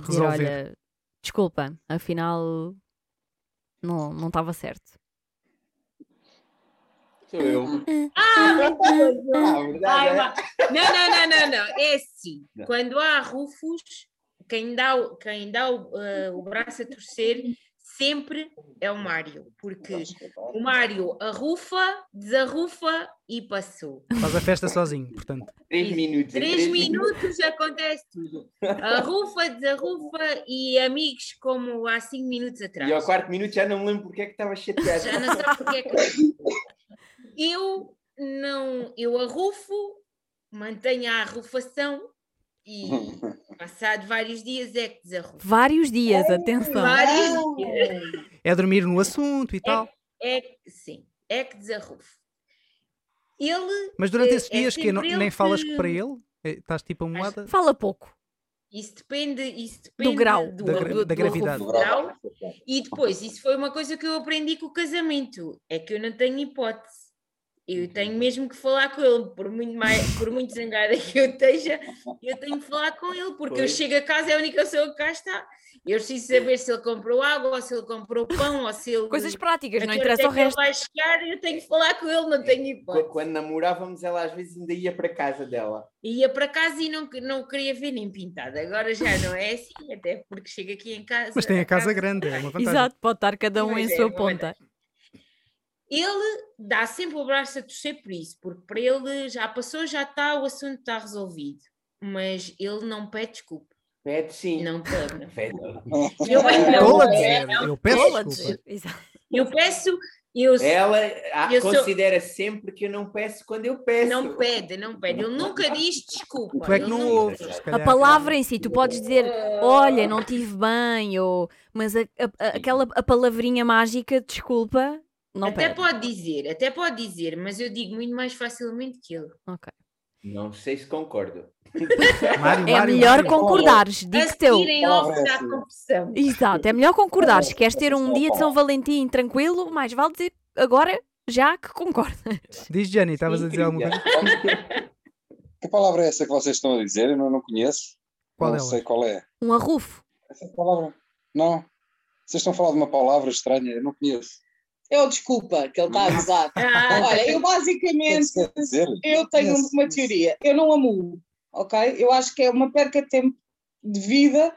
dizer: Resolver. olha, desculpa, afinal não não estava certo. Sou eu. Ah, verdade, Ah, Ai, é. vá. não, não, não, não, não. É assim. Quando há rufos, quem dá, o- quem dá o, eh, o braço a torcer sempre é o Mário. Porque o Mário arrufa, desarrufa e passou. Faz a festa sozinho, portanto. Três minutos. em Três minutos acontece tudo. Arrufa, desarrufa e amigos como há cinco minutos atrás. E ao quarto minuto já não me lembro porque é que estava chateado. Já não sabe porque é que. Eu não. Eu arrufo, mantenho a arrufação e passado vários dias é que desarrufo. Vários dias, atenção. Vários dias. Ah, É dormir no assunto e tal. É que, sim, é que desarrufo. Ele Mas durante é- esses é dias que sempre não- ele nem falas que- para ele? É, Estás tipo a moeda? Fala pouco. Isso depende, isso depende grau, do, da gra- do- da do gravidade. Do grau. grau. E depois, isso foi uma coisa que eu aprendi com o casamento, é que eu não tenho hipótese. Eu tenho mesmo que falar com ele, por muito, mais, por muito zangada que eu esteja, eu tenho que falar com ele, porque eu Pois. chego a casa, é a única pessoa que cá está. Eu preciso saber se ele comprou água, ou se ele comprou pão, ou se ele. Coisas a práticas, que não hora interessa é o que ele resto. vai chegar, eu tenho que falar com ele, não tenho hipótese. Qu- Quando namorávamos, ela às vezes ainda ia para casa dela. Ia para casa e não, não queria ver nem pintado. Agora já não é assim, até porque chego aqui em casa. Mas tem a um casa grande, é uma vantagem. Exato, pode estar cada um Pois em é, sua uma ponta. Ele dá sempre o braço a torcer por isso, porque para ele já passou, já está, o assunto está resolvido. Mas ele não pede desculpa. Pede sim. Não pede. não. Pede. Eu, É um Estou a não, dizer, eu peço Bola de desculpa. gelo, Exato. eu peço, eu É, Ela ah, Eu sou- considera sempre que eu não peço quando eu é peço. não pede, não pede. Ele nunca diz desculpa. Tu é que ele não nunca- ouves, A se calhar. palavra em si, tu podes dizer, olha, não tive bem, ou mas a, a- a- aquela a palavrinha mágica, desculpa, não até pede. pode dizer, até pode dizer, mas eu digo muito mais facilmente que ele. Ok. Não sei se concordo. Mário, É Mário, melhor Mário. concordares, A digo teu. seguir em off Palavra é dá assim. *laughs* confissão. Exato, é melhor concordares. Olha, Queres ter um só dia de São falar. Valentim tranquilo, mais vale dizer agora já que concorda. Diz, Jenny, estavas a dizer alguma coisa? Que palavra é essa que vocês estão a dizer? Eu não, não conheço. Qual não delas? sei qual é. Um arrufo. Essa palavra? Não. Vocês estão a falar de uma palavra estranha, eu não conheço. É o desculpa que ele está a usar. Ah, Olha, eu O que é que basicamente isso quer dizer? eu tenho Yes, uma yes. teoria. Eu não amo, ok? Eu acho que é uma perca de tempo de vida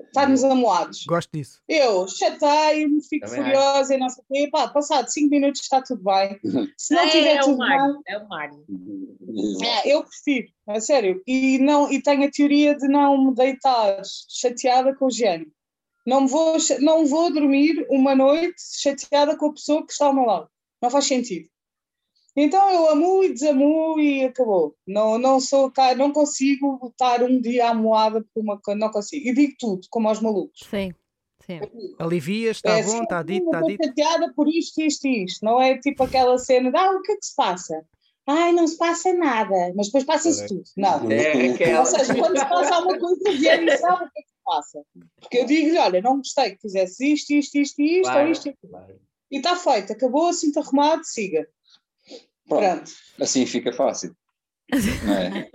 estarmos amoados. Gosto disso. Eu chateio-me, fico Também furiosa e não sei o quê. Pá, passado 5 minutos está tudo bem. Se não tiver é, o tudo bem, Mário, é o Mário. É, eu prefiro, a sério. E, não, e tenho a teoria de não me deitar chateada com o género. Não me vou, cha- não vou dormir uma noite chateada com a pessoa que está ao meu lado. Não faz sentido. Então eu amo e desamo e acabou. Não, não sou cá, não consigo estar um dia amoada por uma coisa, não consigo. E digo tudo, como aos malucos. Sim, sim. Alivias, está É bom, assim, está Tá dito, "Não, está estou dito. chateada por isto, isto e isto. Não é tipo aquela cena de, ah, o que é que se passa? Ai, não se passa nada. Mas depois passa-se É. tudo. Não. É Ou aquela. seja, quando se passa alguma coisa, o Guilherme sabe o que é que se passa. Porque eu digo-lhe, olha, não gostei que fizesse isto, isto, isto e isto, ou Claro, isto. claro. E está feito, acabou, assunto arrumado, siga. Pronto, Pronto. assim fica fácil. Não é?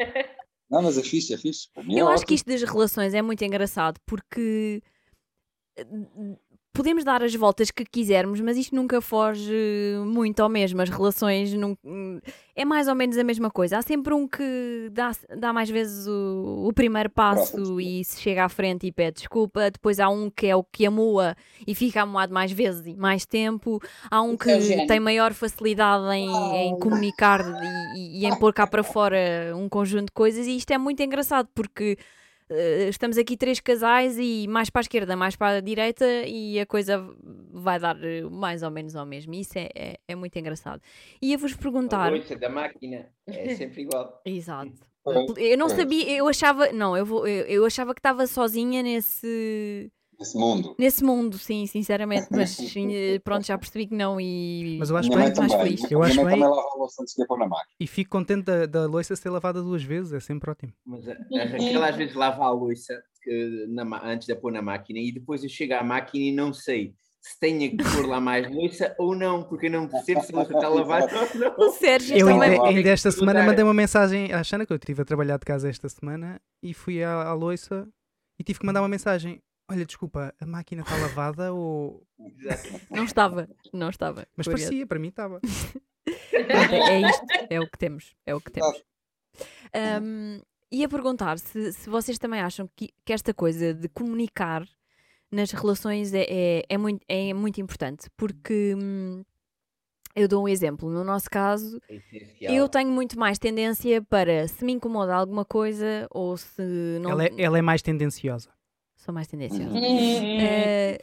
Não, mas é fixe, é fixe. Para mim é Eu acho que ótimo. isto das relações é muito engraçado porque eh, podemos dar as voltas que quisermos, mas isto nunca foge muito ao mesmo. As relações nun- hum, é mais ou menos a mesma coisa. Há sempre um que dá, dá mais vezes o, o primeiro passo e se chega à frente e pede desculpa. Depois há um que é o que amoa e fica amoado mais vezes e mais tempo. Há um Isso que é o gênio. tem maior facilidade em, em comunicar e- e, e em pôr cá para fora um conjunto de coisas. E isto é muito engraçado porque eh, estamos aqui três casais e mais para a esquerda, mais para a direita e a coisa vai dar eh, mais ou menos ao mesmo. Isso é, é, é muito engraçado. Ia vos perguntar. A luta da máquina *laughs* é sempre igual. Exato. Pois, é Eu não pois. sabia, eu achava, não, eu, vou, eu, eu achava que estava sozinha nesse, Esse mundo. nesse mundo, sim, sinceramente, mas eh, pronto, já percebi que não e Mas eu acho Minha bem, mãe muito mais também. feliz. Eu acho Minha mãe bem. também lava a louça antes de a pôr na máquina. E fico contente da, da loiça ser lavada duas vezes, é sempre ótimo. Mas a, a Raquel às vezes lava a louça que na ma- antes de a pôr na máquina e depois eu chego à máquina e não sei se tenho que pôr lá mais louça ou não, porque eu não percebo se a louça está lavada ou não. *laughs* O Sérgio Eu também. ainda, vou ter ainda que esta semana perguntar. mandei uma mensagem à Xana, que eu estive a trabalhar de casa esta semana, e fui à, à loiça e tive que mandar uma mensagem. Olha, desculpa, a máquina está lavada ou... Exato. Não estava, não estava. *laughs* Mas curioso. parecia, para mim estava. Pronto, é é isto, é o que temos, é o que temos. Ahm, ia perguntar se, se vocês também acham que, que esta coisa de comunicar nas relações é, é, é muito, é muito importante, porque hum, eu dou um exemplo. No nosso caso, É essencial. eu tenho muito mais tendência para se me incomoda alguma coisa ou se não. Ela é, ela é mais tendenciosa. Sou mais tendenciosa. Uhum. Eh,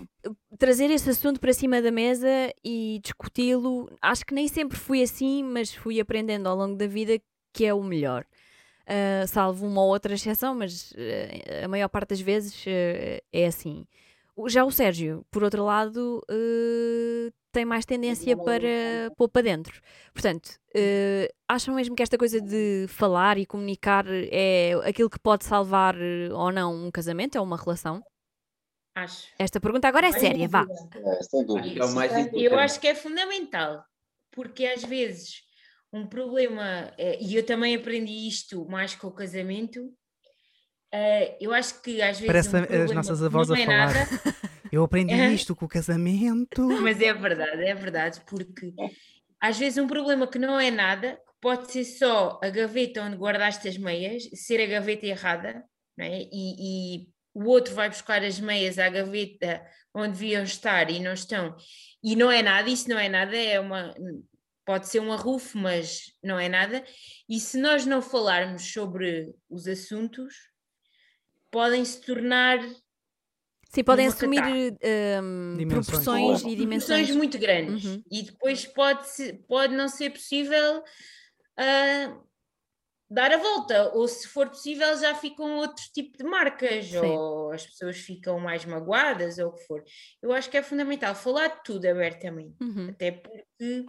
trazer esse assunto para cima da mesa e discuti-lo. Acho que nem sempre fui assim, mas fui aprendendo ao longo da vida que é o melhor. Eh, salvo uma ou outra exceção, mas eh, a maior parte das vezes eh, é assim. O- Já o Sérgio, por outro lado, eh, tem mais tendência para pôr para dentro. Portanto, eh, acham mesmo que esta coisa de falar e comunicar é aquilo que pode salvar eh, ou não um casamento ou uma relação? Acho. Esta pergunta agora é séria, vá. É, Acho sem que dúvida. é o mais Eu importante. Eu acho que é fundamental, porque às vezes um problema, eh, e eu também aprendi isto mais com o casamento, eh, eu acho que às vezes. Parece um a- as problema nossas que avós não a é falar. nada, Eu aprendi É. isto com o casamento. *laughs* Mas é verdade, é verdade, porque às vezes um problema que não é nada, que pode ser só a gaveta onde guardaste as meias, ser a gaveta errada, não é? e, e o outro vai buscar as meias à gaveta onde deviam estar e não estão, e não é nada, isso não é nada, é uma. Pode ser um arrufo, mas não é nada. E se nós não falarmos sobre os assuntos, podem se tornar Sim, podem Numa assumir catástrofe. eh, hum, Dimensões. proporções Claro. e dimensões dimensões. muito grandes Uhum. e depois pode, se- pode não ser possível ah, dar a volta, ou se for possível já ficam outro tipo de marcas, Sim. ou as pessoas ficam mais magoadas, ou o que for. Eu acho que é fundamental falar de tudo abertamente, Uhum. até porque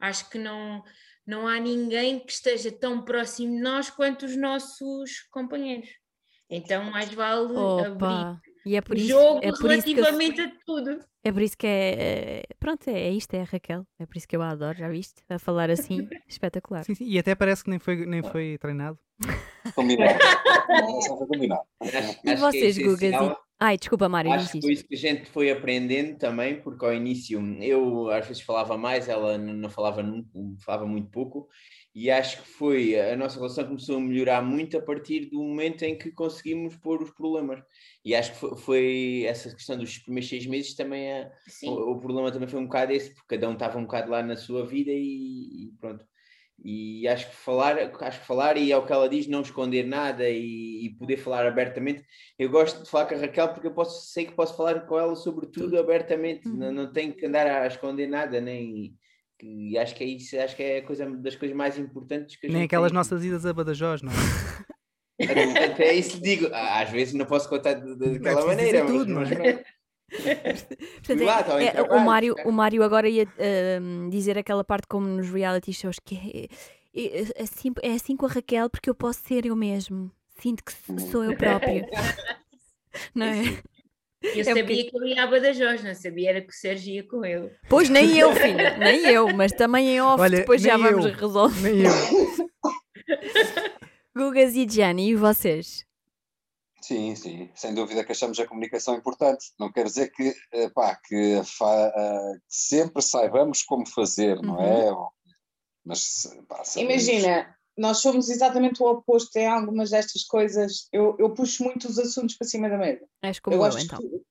acho que não, não há ninguém que esteja tão próximo de nós quanto os nossos companheiros. Então, mais vale abrir Opa! E é por o isso, jogo é por isso que eu, relativamente a tudo. é por isso que é, é- pronto, é, é isto, é a Raquel. É por isso que eu a adoro, já viste? A falar *laughs* assim, espetacular. Sim, sim, E até parece que nem foi, nem foi treinado. Combinado. Não, só foi combinado. *laughs* E Acho- acho que é vocês, Gugas? essencial. E- Ai, desculpa, Mário, Acho diz que isto. foi isso que a gente foi aprendendo também, porque ao início eu às vezes falava mais, ela n- não falava, nu- falava muito pouco, e acho que foi, a nossa relação começou a melhorar muito a partir do momento em que conseguimos pôr os problemas. E acho que fo- foi, essa questão dos primeiros seis meses também, a- Sim. o, o problema também foi um bocado esse, porque cada um estava um bocado lá na sua vida e, e pronto. E acho que falar, acho que falar, e é o que ela diz, não esconder nada e- e poder falar abertamente. Eu gosto de falar com a Raquel porque eu posso, sei que posso falar com ela sobre tudo abertamente, Uhum. não, não tenho que andar a esconder nada, nem e acho que é isso, acho que é a coisa das coisas mais importantes que a Nem gente aquelas tem. nossas idas a Badajoz, não é? Até, até isso digo, Ah, às vezes não posso contar de- de- preciso daquela dizer maneira, mas, tudo, não mas é? pronto. Portanto, Lá, é- tá, em é- o, trabalho, Mário, tá. o Mário agora ia ahm, dizer aquela parte como nos reality shows que é, é- é assim, é assim com a Raquel porque eu posso ser eu mesmo. Sinto que s- sou eu próprio. *laughs* Não é? Eu É um sabia que ele ia à Badajoz, não sabia era que o Sérgio ia com ele. Pois nem eu, filha, nem eu, mas também em off, Olha, depois já nem vamos eu. resolver. *laughs* Nem eu. Gugas e Gianni, e vocês? Sim, sim, sem dúvida que achamos a comunicação importante. Não quer dizer que, eh, pá, que, fa- ah, que sempre saibamos como fazer, não é? Ou- Mas se- pá, sabemos. Imagina, nós somos exatamente o oposto em algumas destas coisas. Eu, eu puxo muito os assuntos para cima da mesa. És como eu, eu, gosto então. de,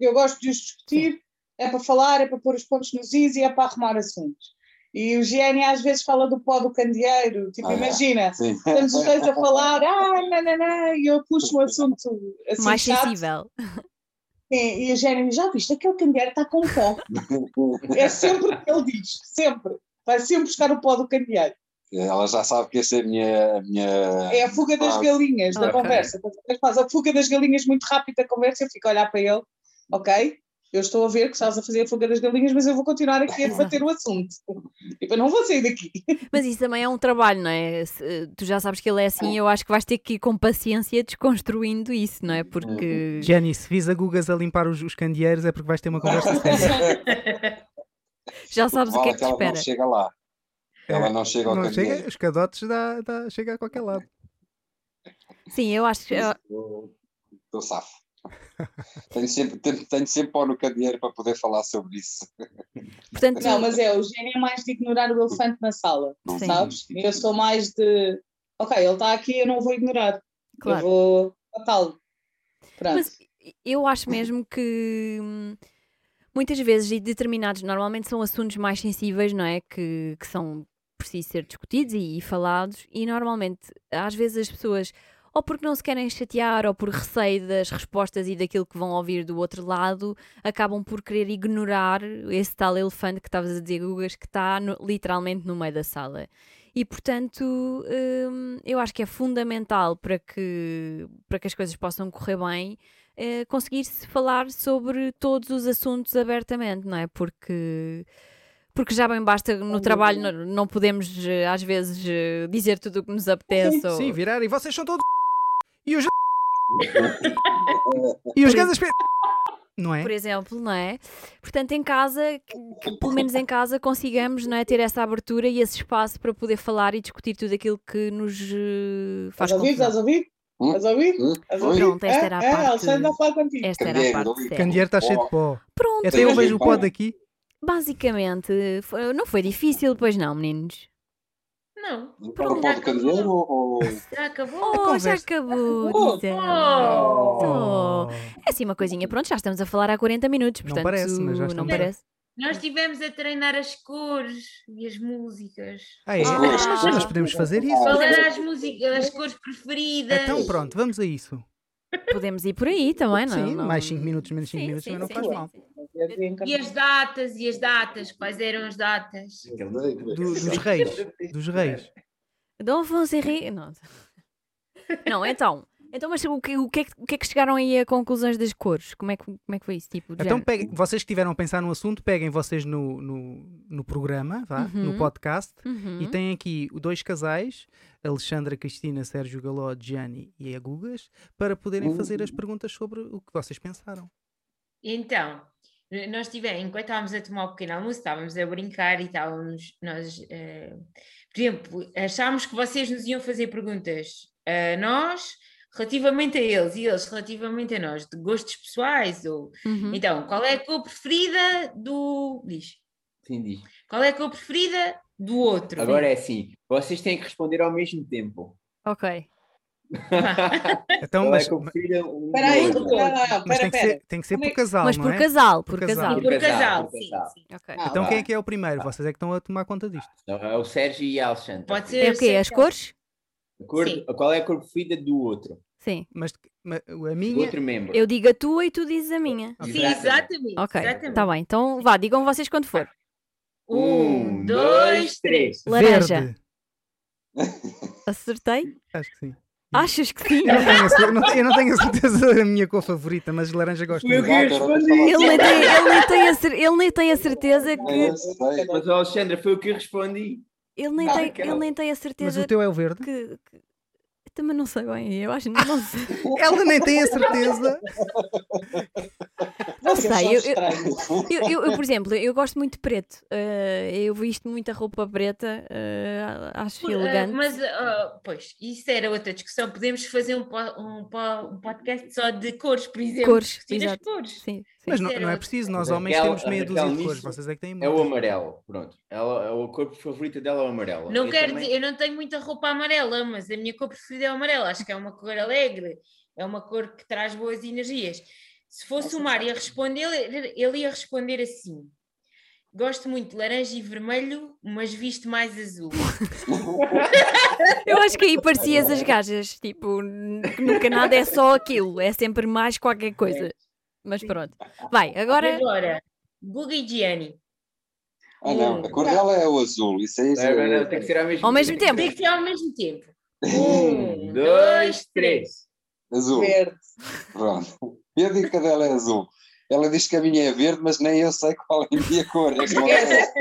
eu gosto de os discutir, é para falar, é para pôr os pontos nos is e é para arrumar assuntos. E o Gianni às vezes fala do pó do candeeiro, tipo, Ah, é. imagina, Sim. estamos os dois a falar, ah, não, não, não, e eu puxo um assunto assim Mais chato, sensível. e, e o Gianni diz, já viste, aquele candeeiro está com pó. *laughs* é sempre o que ele diz, sempre. Vai sempre buscar o pó do candeeiro. Ela já sabe que essa é a minha. a minha- É a fuga das Ah, galinhas da ok. conversa. Quando ele Faz a fuga das galinhas muito rápido da conversa, eu fico a olhar para ele, ok? Eu estou a ver que estás a fazer a fuga das galinhas, mas eu vou continuar aqui a debater o assunto. Tipo, eu não vou sair daqui. Mas isso também é um trabalho, não é? Se, eh, tu já sabes que ele é assim, eu acho que vais ter que ir com paciência desconstruindo isso, não é? Porque. Uhum. Jenny, se vis a Gugas a limpar os, os candeeiros é porque vais ter uma conversa séria. Já sabes o que Vale é que te ela espera. não chega lá. Ela não chega ao Não candeeiro. chega, os cadotes dá, dá- chega a qualquer lado. Sim, eu acho eh, que. eu- Estou safo. Tenho sempre, tenho, tenho sempre pó no candeeiro para poder falar sobre isso. Portanto, Não, mas é, o gênio é mais de ignorar o elefante na sala, Sim. sabes? Eu sou mais de, ok, ele está aqui, eu não o vou ignorar. Eu claro. vou matá-lo. Pronto. Mas eu acho mesmo que. hum, Muitas vezes, e determinados, normalmente são assuntos mais sensíveis, não é? Que, que são por si ser discutidos e, e falados, e normalmente, às vezes, as pessoas, ou porque não se querem chatear, ou por receio das respostas e daquilo que vão ouvir do outro lado, acabam por querer ignorar esse tal elefante que estavas a dizer, Gugas, que está no- literalmente no meio da sala. E portanto, hum, eu acho que é fundamental para que, para que as coisas possam correr bem eh, conseguir-se falar sobre todos os assuntos abertamente, não é? Porque, porque já bem basta no trabalho, não, não podemos eh, às vezes eh, dizer tudo o que nos apetece. ou- Sim, virar e vocês são todos. E os. e os gajos. Não é? por exemplo, não é? Portanto, em casa, que, que pelo menos em casa consigamos não é, ter essa abertura e esse espaço para poder falar e discutir tudo aquilo que nos eh, faz Estás a ouvir? confusão. Estás a ouvir? Hum? Estás a ouvir? Estás Hum? a Oi? ouvir? Pronto, esta era a É, parte- é, Alexandre, a falar contigo. Esta era a Candeeiro, parte Luís. séria. É. O candeeiro está cheio de pó. É, Pronto, Até eu Sim. vejo o um pó daqui. basicamente, foi- não foi difícil, pois não, meninos? Não. Fala Pronto. para o candeeiro ou. ou- Já acabou? Oh, já conversa. acabou, Oh, Dita. Oh. Oh. É assim uma coisinha, pronto, já estamos a falar há 40 minutos, Não portanto parece, mas já não estamos. parece. Nós estivemos a treinar as cores e as músicas. Ah, é? As cores. Mas nós podemos fazer isso. Falar as músicas, as cores preferidas. Oh, Então pronto, vamos a isso. Podemos ir por aí também, não é? Sim, não- mais 5 minutos, menos 5 Sim, minutos sim, também não sim, faz sim, mal. sim. E as datas, e as datas, quais eram as datas? Do- dos reis. Dos reis. Dom Afonso Henrique. Não, *laughs* não então. Então, mas o que, o, que é que, o que é que chegaram aí a conclusões das cores? Como é que, como é que foi isso? Tipo, de Então género? peguem, vocês que tiveram a pensar no assunto, peguem vocês no, no, no programa, vá, no Uhum. podcast, Uhum. e tem aqui dois casais, Alexandra Cristina, Sérgio Galó, Gianni e a Gugas, para Uh. poderem fazer as perguntas sobre o que vocês pensaram. Então, eh, nós tivemos, enquanto estávamos a tomar o pequeno almoço, estávamos a brincar e estávamos, nós, eh, por exemplo, achámos que vocês nos iam fazer perguntas a nós relativamente a eles e eles relativamente a nós, de gostos pessoais ou... Uhum. Então, qual é a cor preferida do... Diz. Sim, diz. Qual é a cor preferida do outro? Agora é assim, vocês têm que responder ao mesmo tempo. Ok. *laughs* Então, Qual mas, é que eu prefiro um Espera aí, do outro? espera lá, mas tem, espera, que espera. ser, tem que ser Como é por que- casal, mas não por é? casal, por, Por casal. casal. Por Por casal, casal, por sim, casal. sim. Ok. Ah, Então vá. quem é que é o primeiro? Vocês é que estão a tomar conta disto. Não, é o Sérgio e a Alexandra. Pode ser. É o quê? As Sim. cores? A cor- Sim. qual é a cor preferida do outro? Sim. Mas, mas a Do minha... outro membro. Eu digo a tua e tu dizes a minha. Ah, Sim, exatamente. Ok, exatamente. está bem. Então vá, digam vocês quando for. Um, dois, três. Laranja. Verde. Acertei? Acho que sim. Achas que sim? Eu não tenho a, cer- eu não- eu não tenho a certeza da minha cor favorita, mas laranja gosto Meu muito. Deus. Ele nem, tem, ele, nem tem a cer- ele nem tem a certeza que. Sei, Mas, Alexandra, foi o que eu respondi. Ele nem, Ah, tem, aquela. ele nem tem a Mas certeza o teu é o verde? que. que- Também não sei bem, eu acho não sei. Ela nem tem a certeza. Não sei, Vocês são eu- eu- estranhos. Eu, eu- eu, por exemplo, eu gosto muito de preto. eh, eu visto muita roupa preta, eh, acho Por- ah, elegante. Mas, ah, pois, isso era outra discussão. Podemos fazer um, po- um, po- um podcast só de cores, por exemplo. Cores, discutir as exato. cores. Sim, sim. Mas não, não é preciso, nós Mas a homens Raquel- temos meia a dúzia Raquel de cores, nisso vocês é que têm É o muito. amarelo, pronto. Ela, é o corpo favorito dela é o amarelo. Não Eu quero também- dizer- eu não tenho muita roupa amarela, mas a minha cor preferida é o amarelo. Acho que é uma cor alegre, é uma cor que traz boas energias. Se fosse o Mário a responder, ele- ele ia responder assim: Gosto muito de laranja e vermelho, mas visto mais azul. Eu acho que aí parecias as gajas, tipo, n- que nunca nada é só aquilo, é sempre mais qualquer coisa. Mas pronto. Vai, E agora. agora, Guga e Gianni. Ah, não, a cor dela é o azul. Isso aí. isso Não, não, não, é- tem que ser ao mesmo Ao mesmo tempo. Tem que ser ao mesmo tempo. Um, dois, três. Azul. Verde. Pronto. Eu digo que a dela é azul. Ela diz que a minha é verde, mas nem eu sei qual é a minha cor. É que não é.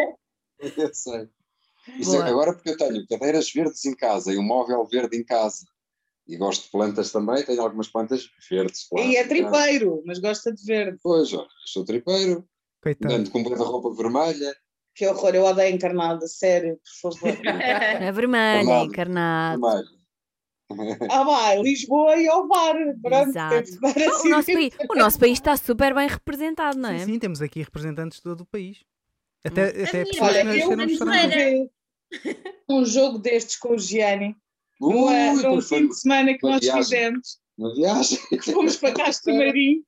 Eu sei. Isso é- Boa. agora porque eu tenho cadeiras verdes em casa e um móvel verde em casa. E gosto de plantas também, tenho algumas plantas verdes. Claro. E é tripeiro, mas gosta de verde. Pois, olha, sou tripeiro, Coitado. Tá. ando com um bocado de roupa vermelha. Que horror, eu odeio encarnada, sério, por favor. *laughs* Não é vermelho, é Vermelho. encarnado. vermelha. Ah, vai, Lisboa e ao bar. Pronto, Exato. temos que dar O assim nosso, mesmo. país, o nosso país está super bem representado, não é? Hum. Sim, sim, temos aqui representantes de todo o país. Até, até é minha pessoas Olha, que eu, nasceram no vamos estrangeiro. ver. joguei um jogo destes com o Gianni num, Ui, num foi fim de semana que uma nós viagem. fizemos. uma viagem. *laughs* Fomos para Castro Marim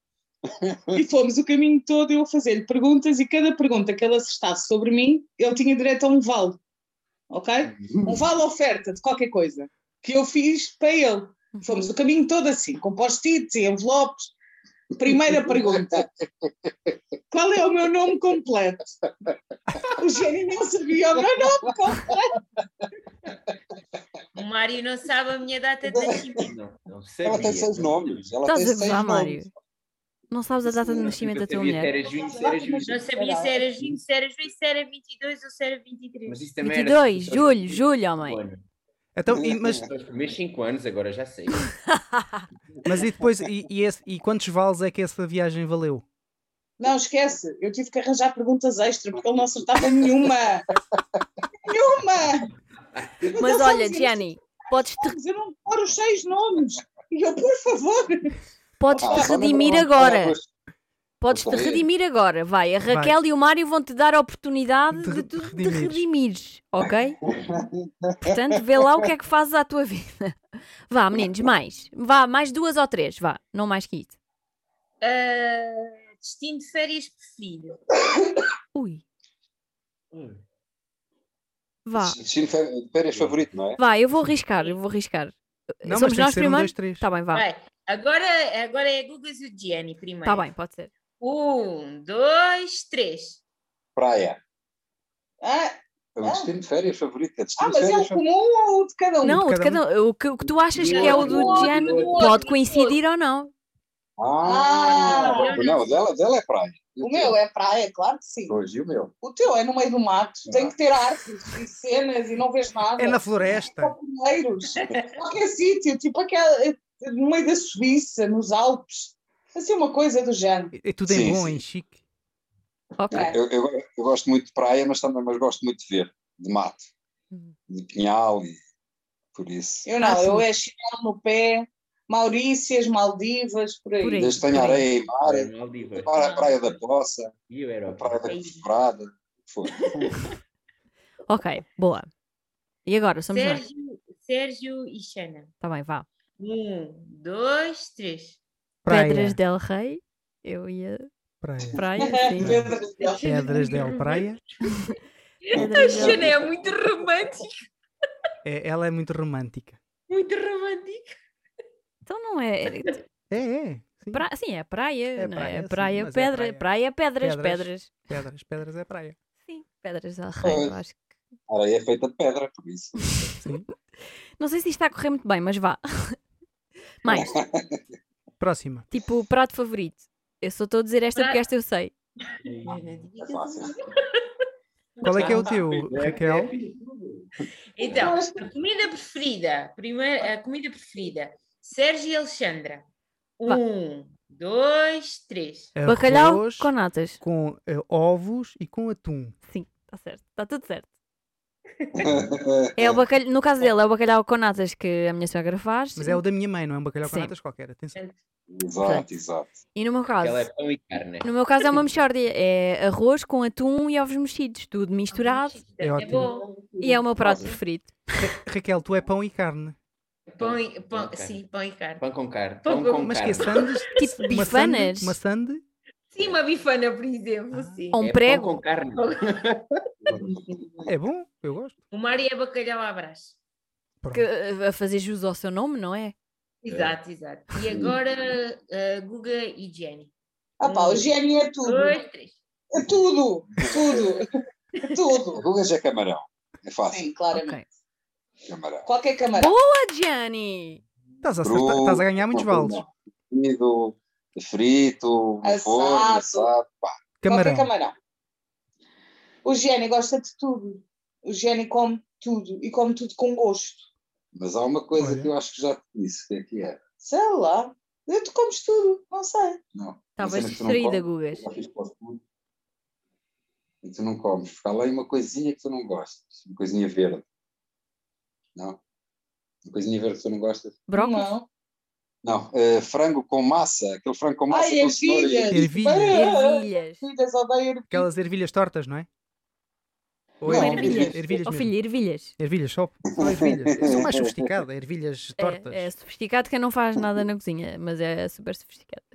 e fomos o caminho todo eu a fazer-lhe perguntas e cada pergunta que ele acertasse sobre mim, ele tinha direito a um vale. Ok? Um vale oferta de qualquer coisa que eu fiz para ele. Fomos o caminho todo assim, com post-its e envelopes. Primeira pergunta: Qual é o meu nome completo? O Jenny não sabia o meu nome completo. O Mário não sabe a minha data de nascimento. Não, não Ela tem seis sabia. nomes. Ela Estás tem a seis gozar, nomes. Ah, Mário? Não sabes a data de Eu nascimento da tua sabia se mulher. Era junho, se era julho. Não sabia se era junho, se era julho, se era 22 ou se era 23. Mas isso também era 22, só os julho, primeiros julho, cinco homem. anos. Então, e- mas, Só Os primeiros 5 anos, agora já sei. mas e depois, e, e esse- e quantos vales é que essa viagem valeu? Não, esquece. Eu tive que arranjar perguntas extra porque ele não acertava nenhuma. *laughs* nenhuma! Mas Não olha, sabes os Gianni, podes te, nomes, Eu não decoro os seis nomes. E eu, por favor. podes Ah, te só lembro- redimir olha, agora. pois, Podes te Olha. redimir agora. Vai, a Raquel e o Mário vão te dar a oportunidade De de, re- tu te redimires. redimires, ok? *laughs* Portanto, vê lá o que é que fazes à tua vida. Vá, meninos, mais. Vá, mais duas ou três, vá. Não mais que isso. Ah, destino de férias preferido. Ui, Hum, vá. Destino fe- férias favorito, não é? Vá, eu vou arriscar, eu vou arriscar. Não, mas Somos tem que nós ser um, primeiro? dois, três. Tá bem, vá. Vai. Agora, agora é Gugas e o Gianni primeiro. Tá bem, pode ser. Um, dois, três. Praia. Ah, O Ah. destino de férias favorito. É destino ah, de mas é férias o favorito. comum ou o de cada um? Não, o de cada cada um- o que, o que tu achas que é o do Outro, Gianni outro, pode outro. coincidir ou não. Ah, Ah, não, não, o dela, dela é praia. O meu é praia, claro que sim. Hoje, o meu. O teu é no meio do mato. Tem que ter árvores e cenas e não vês nada. É na floresta. Só pinheiros. Qualquer sítio. Tipo aquela, no meio da Suíça, nos Alpes. Assim, uma coisa do género. É tudo em Sim, bom, sim. em chique. Ok. É. Eu, eu- eu gosto muito de praia, mas também mas gosto muito de ver, de mato, Hum. de pinhal e por isso. Eu Ah, não, sim. eu é chinelo no pé, Maurícias, Maldivas, por aí. Por aí. Desde que tenha por aí. areia e mar, era Maldivas. para a praia da Poça, É E eu a era. praia da É. Aí. Covorada, o que for. Ok, boa. E agora? Somos nós. Sérgio, Sérgio e Xana. Tá bem, vá. Um, dois, três. Pedras Praia. del Rei. Eu ia. Praia. Praia, Uhum. sim. Pedro *laughs* Miguel. Pedras del Praia. Pedras del- Xana é muito romântico. É, ela é muito romântica. Muito romântico. Então não é. é- É, é. Sim. pra- Sim, é praia. É não é? praia, sim, praia, mas é pedra, praia. praia, pedras, pedras, Pedras. Pedras, pedras é praia. Sim, pedras del Rei. Pois. eu acho que- A areia é feita de pedra, por isso. Sim. Não sei se isto está a correr muito bem, mas vá. *laughs* Mais, Próxima. tipo, prato favorito. Eu só estou a dizer esta Pra- porque esta eu sei. É *laughs* fácil. *laughs* Qual é que é o teu, é Raquel? Então, a comida preferida. Primeiro, a comida preferida. Sérgio e Alexandra. Vá. Um, dois, três. Bacalhau Arroz com natas. com eh, ovos e com atum. Sim, está certo. Está tudo certo. É o bacalhau, no caso dele, é o bacalhau com natas que a minha sogra faz. Mas é o da minha mãe, não é um bacalhau com Sim. natas qualquer. Atenção. Exato, exato. E no meu caso, Ela é pão e carne. no meu caso é uma mexórdia. É arroz com atum e ovos mexidos, tudo misturado. É ótimo. bom. E é o meu prato preferido. Raquel, tu é pão e carne. Pão e, pão, Ok. Sim, pão e carne. Pão com carne. Pão Pão com Mas que carne. é sandes? *laughs* Tipo Uma sande? bifanas. Uma sande? Sim, uma bifana, por exemplo. Ah. Sim. Ou um É prego. Pão com carne. É bom, eu gosto. O mar é bacalhau à brás. que, uh, a fazer jus ao seu nome, não é? Exato, exato. E agora uh, Guga e Jenny. Ah pá, o GNI é tudo. É Dois, três. tudo, tudo, tudo. Rugas é camarão. É fácil, Sim, claramente. Ok. camarão. Qualquer camarão. Ah, Gianni! Estás a, acertar- estás a ganhar muitos Cru, vales. Cozido, frito, no Assado. forno, assado, pá. Qualquer Camarão. camarão. O Gianni gosta de tudo. O Gianni come tudo e come tudo com gosto. Mas há uma coisa Olha. que eu acho que já te disse, o que é que é? Sei lá. Eu tu comes tudo, não sei. Não. Estavas Uma cena que tu não distraída, comes, Gugas. eu Já fiz para o futuro. E tu não comes. Fica lá uma coisinha que tu não gostas. Uma coisinha verde. Não? Uma coisinha verde que tu não gostas. Brócolis? Não. Não. eh, frango com massa. Aquele frango com massa. Ai, é com cenoura e- ervilhas. Ervilhas. Ah, Ervilhas. Ervilhas, odeio ervilhas. Aquelas ervilhas tortas, não é? Ou Não, é- ervilhas. Ervilhas Oh mesmo. filho, ervilhas. Ervilhas só, só ervilhas. Eu sou mais sofisticada, ervilhas tortas. É, é sofisticado quem não faz nada na cozinha, mas é super sofisticado.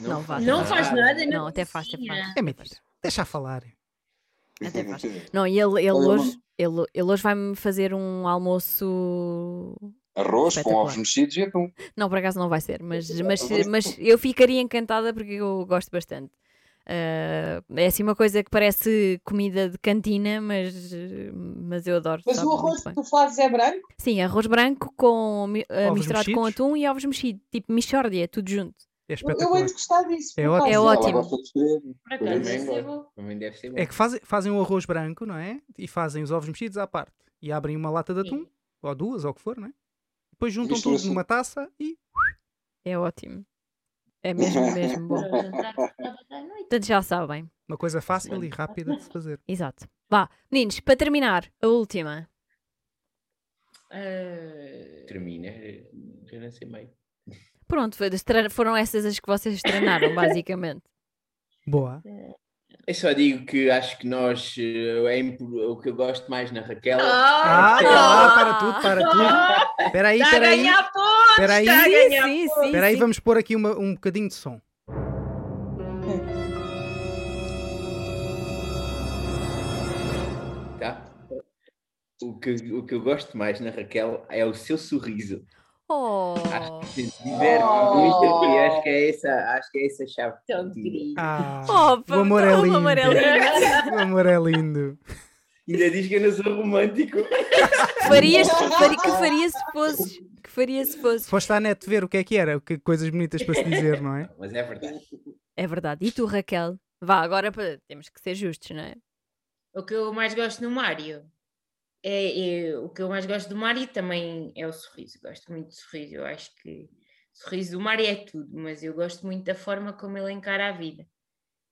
Não, vá. Não até faz é nada, Não, na até faz, até cozinha. faz. É mentira. Deixa a falar. É Até faz. Não, e ele, ele Olha, hoje, ele, ele hoje vai-me fazer um almoço. Arroz com Espetacular. É ovos mexidos e atum. Não, por acaso não vai ser, mas, Então, mas, Arroz com- mas eu ficaria encantada porque eu gosto bastante. Ah, é assim uma coisa que parece comida de cantina, mas, mas eu adoro. Mas sabe o muito arroz que bem. tu fazes é branco? Sim, arroz branco com mi- ah, Ovos misturado com mexidos? atum e ovos mexidos, tipo mixórdia, tudo junto. É Eu espetacular. hei de gostar disso. É por ótimo. acaso. É Ela ótimo. gosta de escrever. Por acaso, Também deve ser gosto. bom. Também deve ser bom. É que fazem, fazem um arroz branco, não é? E fazem os ovos mexidos à parte. E abrem uma lata de atum, ou duas, ou o que for, não é? Depois juntam tudo Mistura-se. numa taça e. É ótimo. É *laughs* mesmo, mesmo bom. Para o jantar, para o jantar à noite. Portanto, já sabem. Uma coisa fácil e rápida de se fazer. Exato. Vá, meninos, para terminar, a última. Ah, Termina. Já né? não sei meio. Pronto, foi das tre- foram essas as que vocês treinaram, *laughs* basicamente. Boa. Eu só digo que acho que nós. eh, É impor- o que eu gosto mais na Raquel. Ah, Ah, tá lá, para tudo, para tudo. ah, Espera aí, Está a espera aí. ganhar pontos! Espera aí, está Tá a ganhar sim, espera aí, vamos pôr aqui uma- um bocadinho de som. tá? O que, o que eu gosto mais na Raquel é o seu sorriso. Oh, Acho que se diverte Oh. muito e acho que é essa, acho que é essa a chave. Tão Sim. querido. Ah, Opa, o amor é então o lindo. amor é lindo. O amor é lindo. Ainda diz que eu não sou romântico. farias, fari- que faria se fosses, que faria se fosses. Foste à net ver o que é que era, que coisas bonitas para se dizer, não é? Mas é verdade. É verdade. E tu, Raquel? Vá, agora para- temos que ser justos, não é? O que eu mais gosto no Mário é, é- o que eu mais gosto do Mário também é o sorriso. Gosto muito do sorriso. Eu acho que o sorriso do Mário é tudo, mas eu gosto muito da forma como ele encara a vida.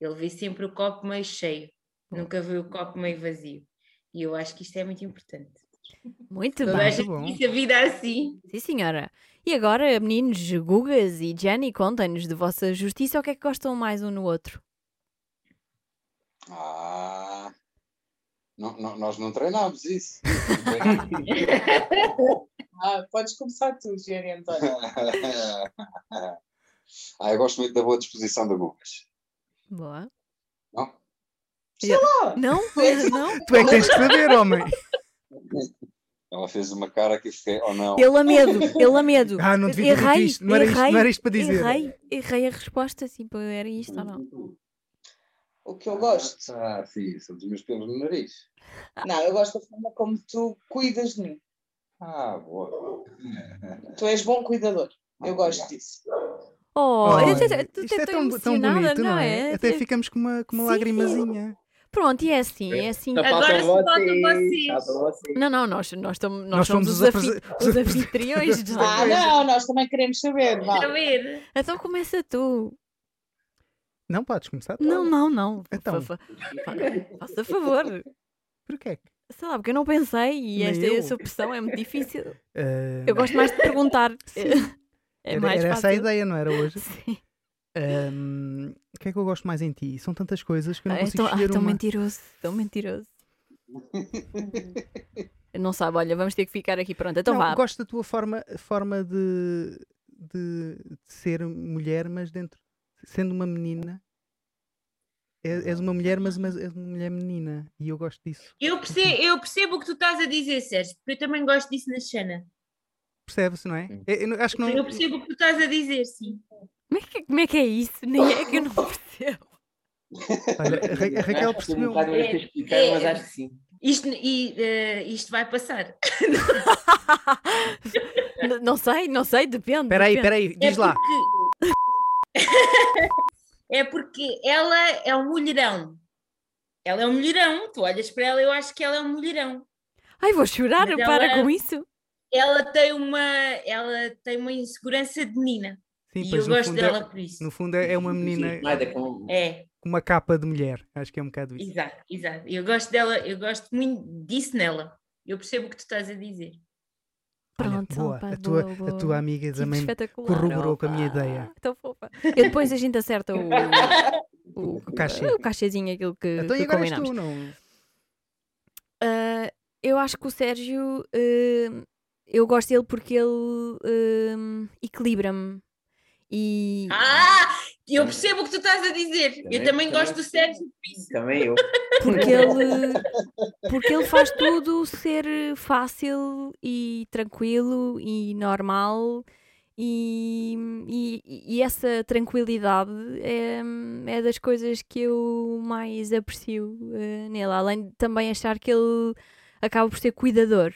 Ele vê sempre o copo meio cheio, nunca vê o copo meio vazio. E eu acho que isto é muito importante. Muito Toda bem. a gente bom. visse a vida assim. Sim, senhora. E agora, meninos, Gugas e Jenny, contem-nos de vossa justiça o que é que gostam mais um no outro. Ah, não, não, nós não treinámos *laughs* isso. Ah, podes começar tu, Jerry António. ah, eu gosto muito da boa disposição do Gugas. Boa. Não? Não? Não? Tu é que tens que saber, homem. Ela fez uma cara que eu fiquei, oh não. Ele a medo, ele a medo. Ah, não devia ter dito errei, isto. Não era isto, errei, não era isto para dizer. errei, errei a resposta, tipo, era isto ou não? O que eu gosto. Ah, sim, são dos meus pelos no nariz. Não, eu gosto da forma como tu cuidas de mim. Ah, boa. boa. Tu és bom cuidador. Eu gosto disso. Oh, Olha, eu até- tu isto até é tô tão, tão emocionada, bonito, não é? Até Até- ficamos com uma, com uma Sim. lagrimazinha. Pronto, e é assim, é assim. Só Agora faltam só faltam vocês. vocês. Faltam vocês. Não, não, nós, nós, estamos nós, Nós somos somos os, os afi- apres- os *laughs* anfitriões. da Ah, coisa. não, nós também queremos saber. vá. Está a ver? Então começa tu. Não podes começar? tu. Não, não, não. Então. Fa- fa- fa- Faça favor. Porquê? que- Sei lá, porque eu não pensei e Nem esta eu. essa opção é muito difícil. Ah, Eu gosto mais de *laughs* perguntar. É era mais era essa fácil. a ideia, não era hoje? Sim. Ahm, o que é que eu gosto mais em ti? São tantas coisas que eu não Ah, é consigo tão, ah, escolher tão uma. mentiroso, tão mentiroso. não sabe, olha, vamos ter que ficar aqui. Pronto, então Não, vá. Gosto da tua forma, forma de, de, de ser mulher, mas dentro. Sendo uma menina. É- És uma mulher, mas mas és uma mulher menina. E eu gosto disso. Eu percebo, eu percebo o que tu estás a dizer, Sérgio, porque eu também gosto disso na Xana. Percebe-se, não é? É, eu não- acho que não. Eu percebo o que tu estás a dizer, sim. Como é, que, como é que é isso? Nem é que eu não *laughs* percebo. Olha, a, Ra- a Raquel Acho que foi percebeu. Um bocado mais que eu explicar, É, mas é. acho que sim. Isto, e, eh, isto vai passar. N- não sei, não sei, depende. Espera aí, depende. espera aí, diz lá. *laughs* É porque ela é um mulherão. Ela é um mulherão. Tu olhas para ela, eu acho que ela é um mulherão. Ai, vou chorar, Mas para ela- com isso. Ela tem uma, ela tem uma insegurança de menina. Sim, e eu pois no gosto fundo, dela é, por isso. no fundo é é uma menina Nada com. É, com uma capa de mulher. Acho que é um bocado isso. exato, exato. Eu gosto dela, eu gosto muito disso nela. Eu percebo o que tu estás a dizer. Olha, Pronto, boa. opa, a, tua, boa, a boa. tua amiga Tipo também espetacular, corroborou com a minha opa, ideia. Tão fofa. E depois a gente acerta *laughs* o, o, O cachê. o cachezinho, aquilo que, Então e que agora és combinámos. tu, não? Ah, eu acho que o Sérgio, ah, eu gosto dele porque ele ah, equilibra-me. E Ah, eu percebo o que tu estás a dizer. eu Também- também também gosto do percebo. Sérgio por isso. Também eu. porque ele, porque ele faz tudo ser fácil e tranquilo e normal. E, e- e essa tranquilidade é, é das coisas que eu mais aprecio eh, nele. Além de também achar que ele acaba por ser cuidador.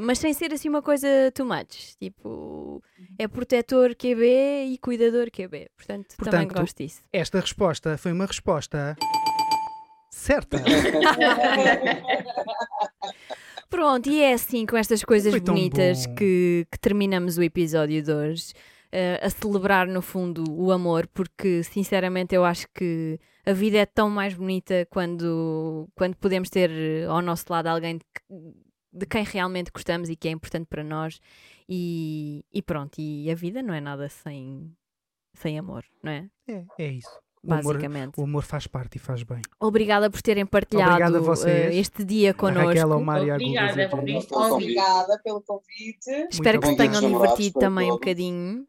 Mas sem ser assim uma coisa too much. Tipo, é protetor QB e cuidador QB. Portanto, também Portanto, gosto disso. Esta resposta foi uma resposta *laughs* certa. Pronto, e é assim com estas coisas Foi tão bonitas bom. que, que terminamos o episódio de hoje. eh, a celebrar, no fundo, o amor, porque sinceramente eu acho que a vida é tão mais bonita quando, quando podemos ter eh, ao nosso lado alguém de, que- de quem realmente gostamos e que é importante para nós. E, e pronto, e a vida não é nada sem, sem amor, não é? É, é isso. O amor, Basicamente. o amor faz parte e faz bem. Obrigada por terem partilhado Obrigado a vocês, eh, este dia A Raquel, ao connosco. Mário e à Guga, Obrigada, Zé Pedro. obrigada. Pelo convite. Obrigada pelo convite. Espero Muito que se tenham obrigado. Bom dia, namorados, divertido para também um todos. bocadinho.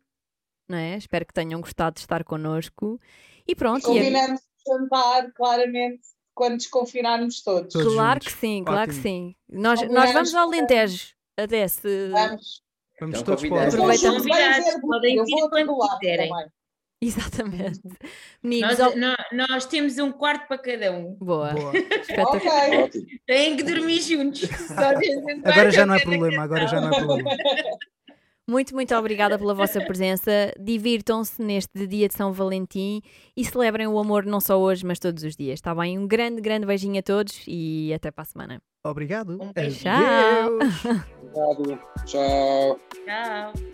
Não é? Espero que tenham gostado de estar connosco. E pronto, e é- Combinamos de jantar, claramente, quando desconfinarmos todos. Todos claro juntos. que sim, claro que Ótimo. sim. Nós, nós Combinamos. vamos ao Alentejo. eh, Até se... Vamos. Vamos Então, todos para convidados. Todos Aproveitamos. juntos, vai haver grupo, Podem eu vir vou a todo quando lado quiserem. também. *laughs* Exatamente. Meninos, Nós, ó- nó- nós temos um quarto para cada um. boa. é- Boa. Espetacular. Ok. Ótimo. Têm que *laughs* dormir juntos. Só temos um quarto Agora já não é para cada problema, agora já não é problema. Muito, muito obrigada pela vossa presença. Divirtam-se neste dia de São Valentim e celebrem o amor não só hoje, mas todos os dias, está bem? Um grande, grande beijinho a todos e até para a semana. Obrigado. Um beijo. Tchau. Adeus. Obrigado. Tchau. Tchau.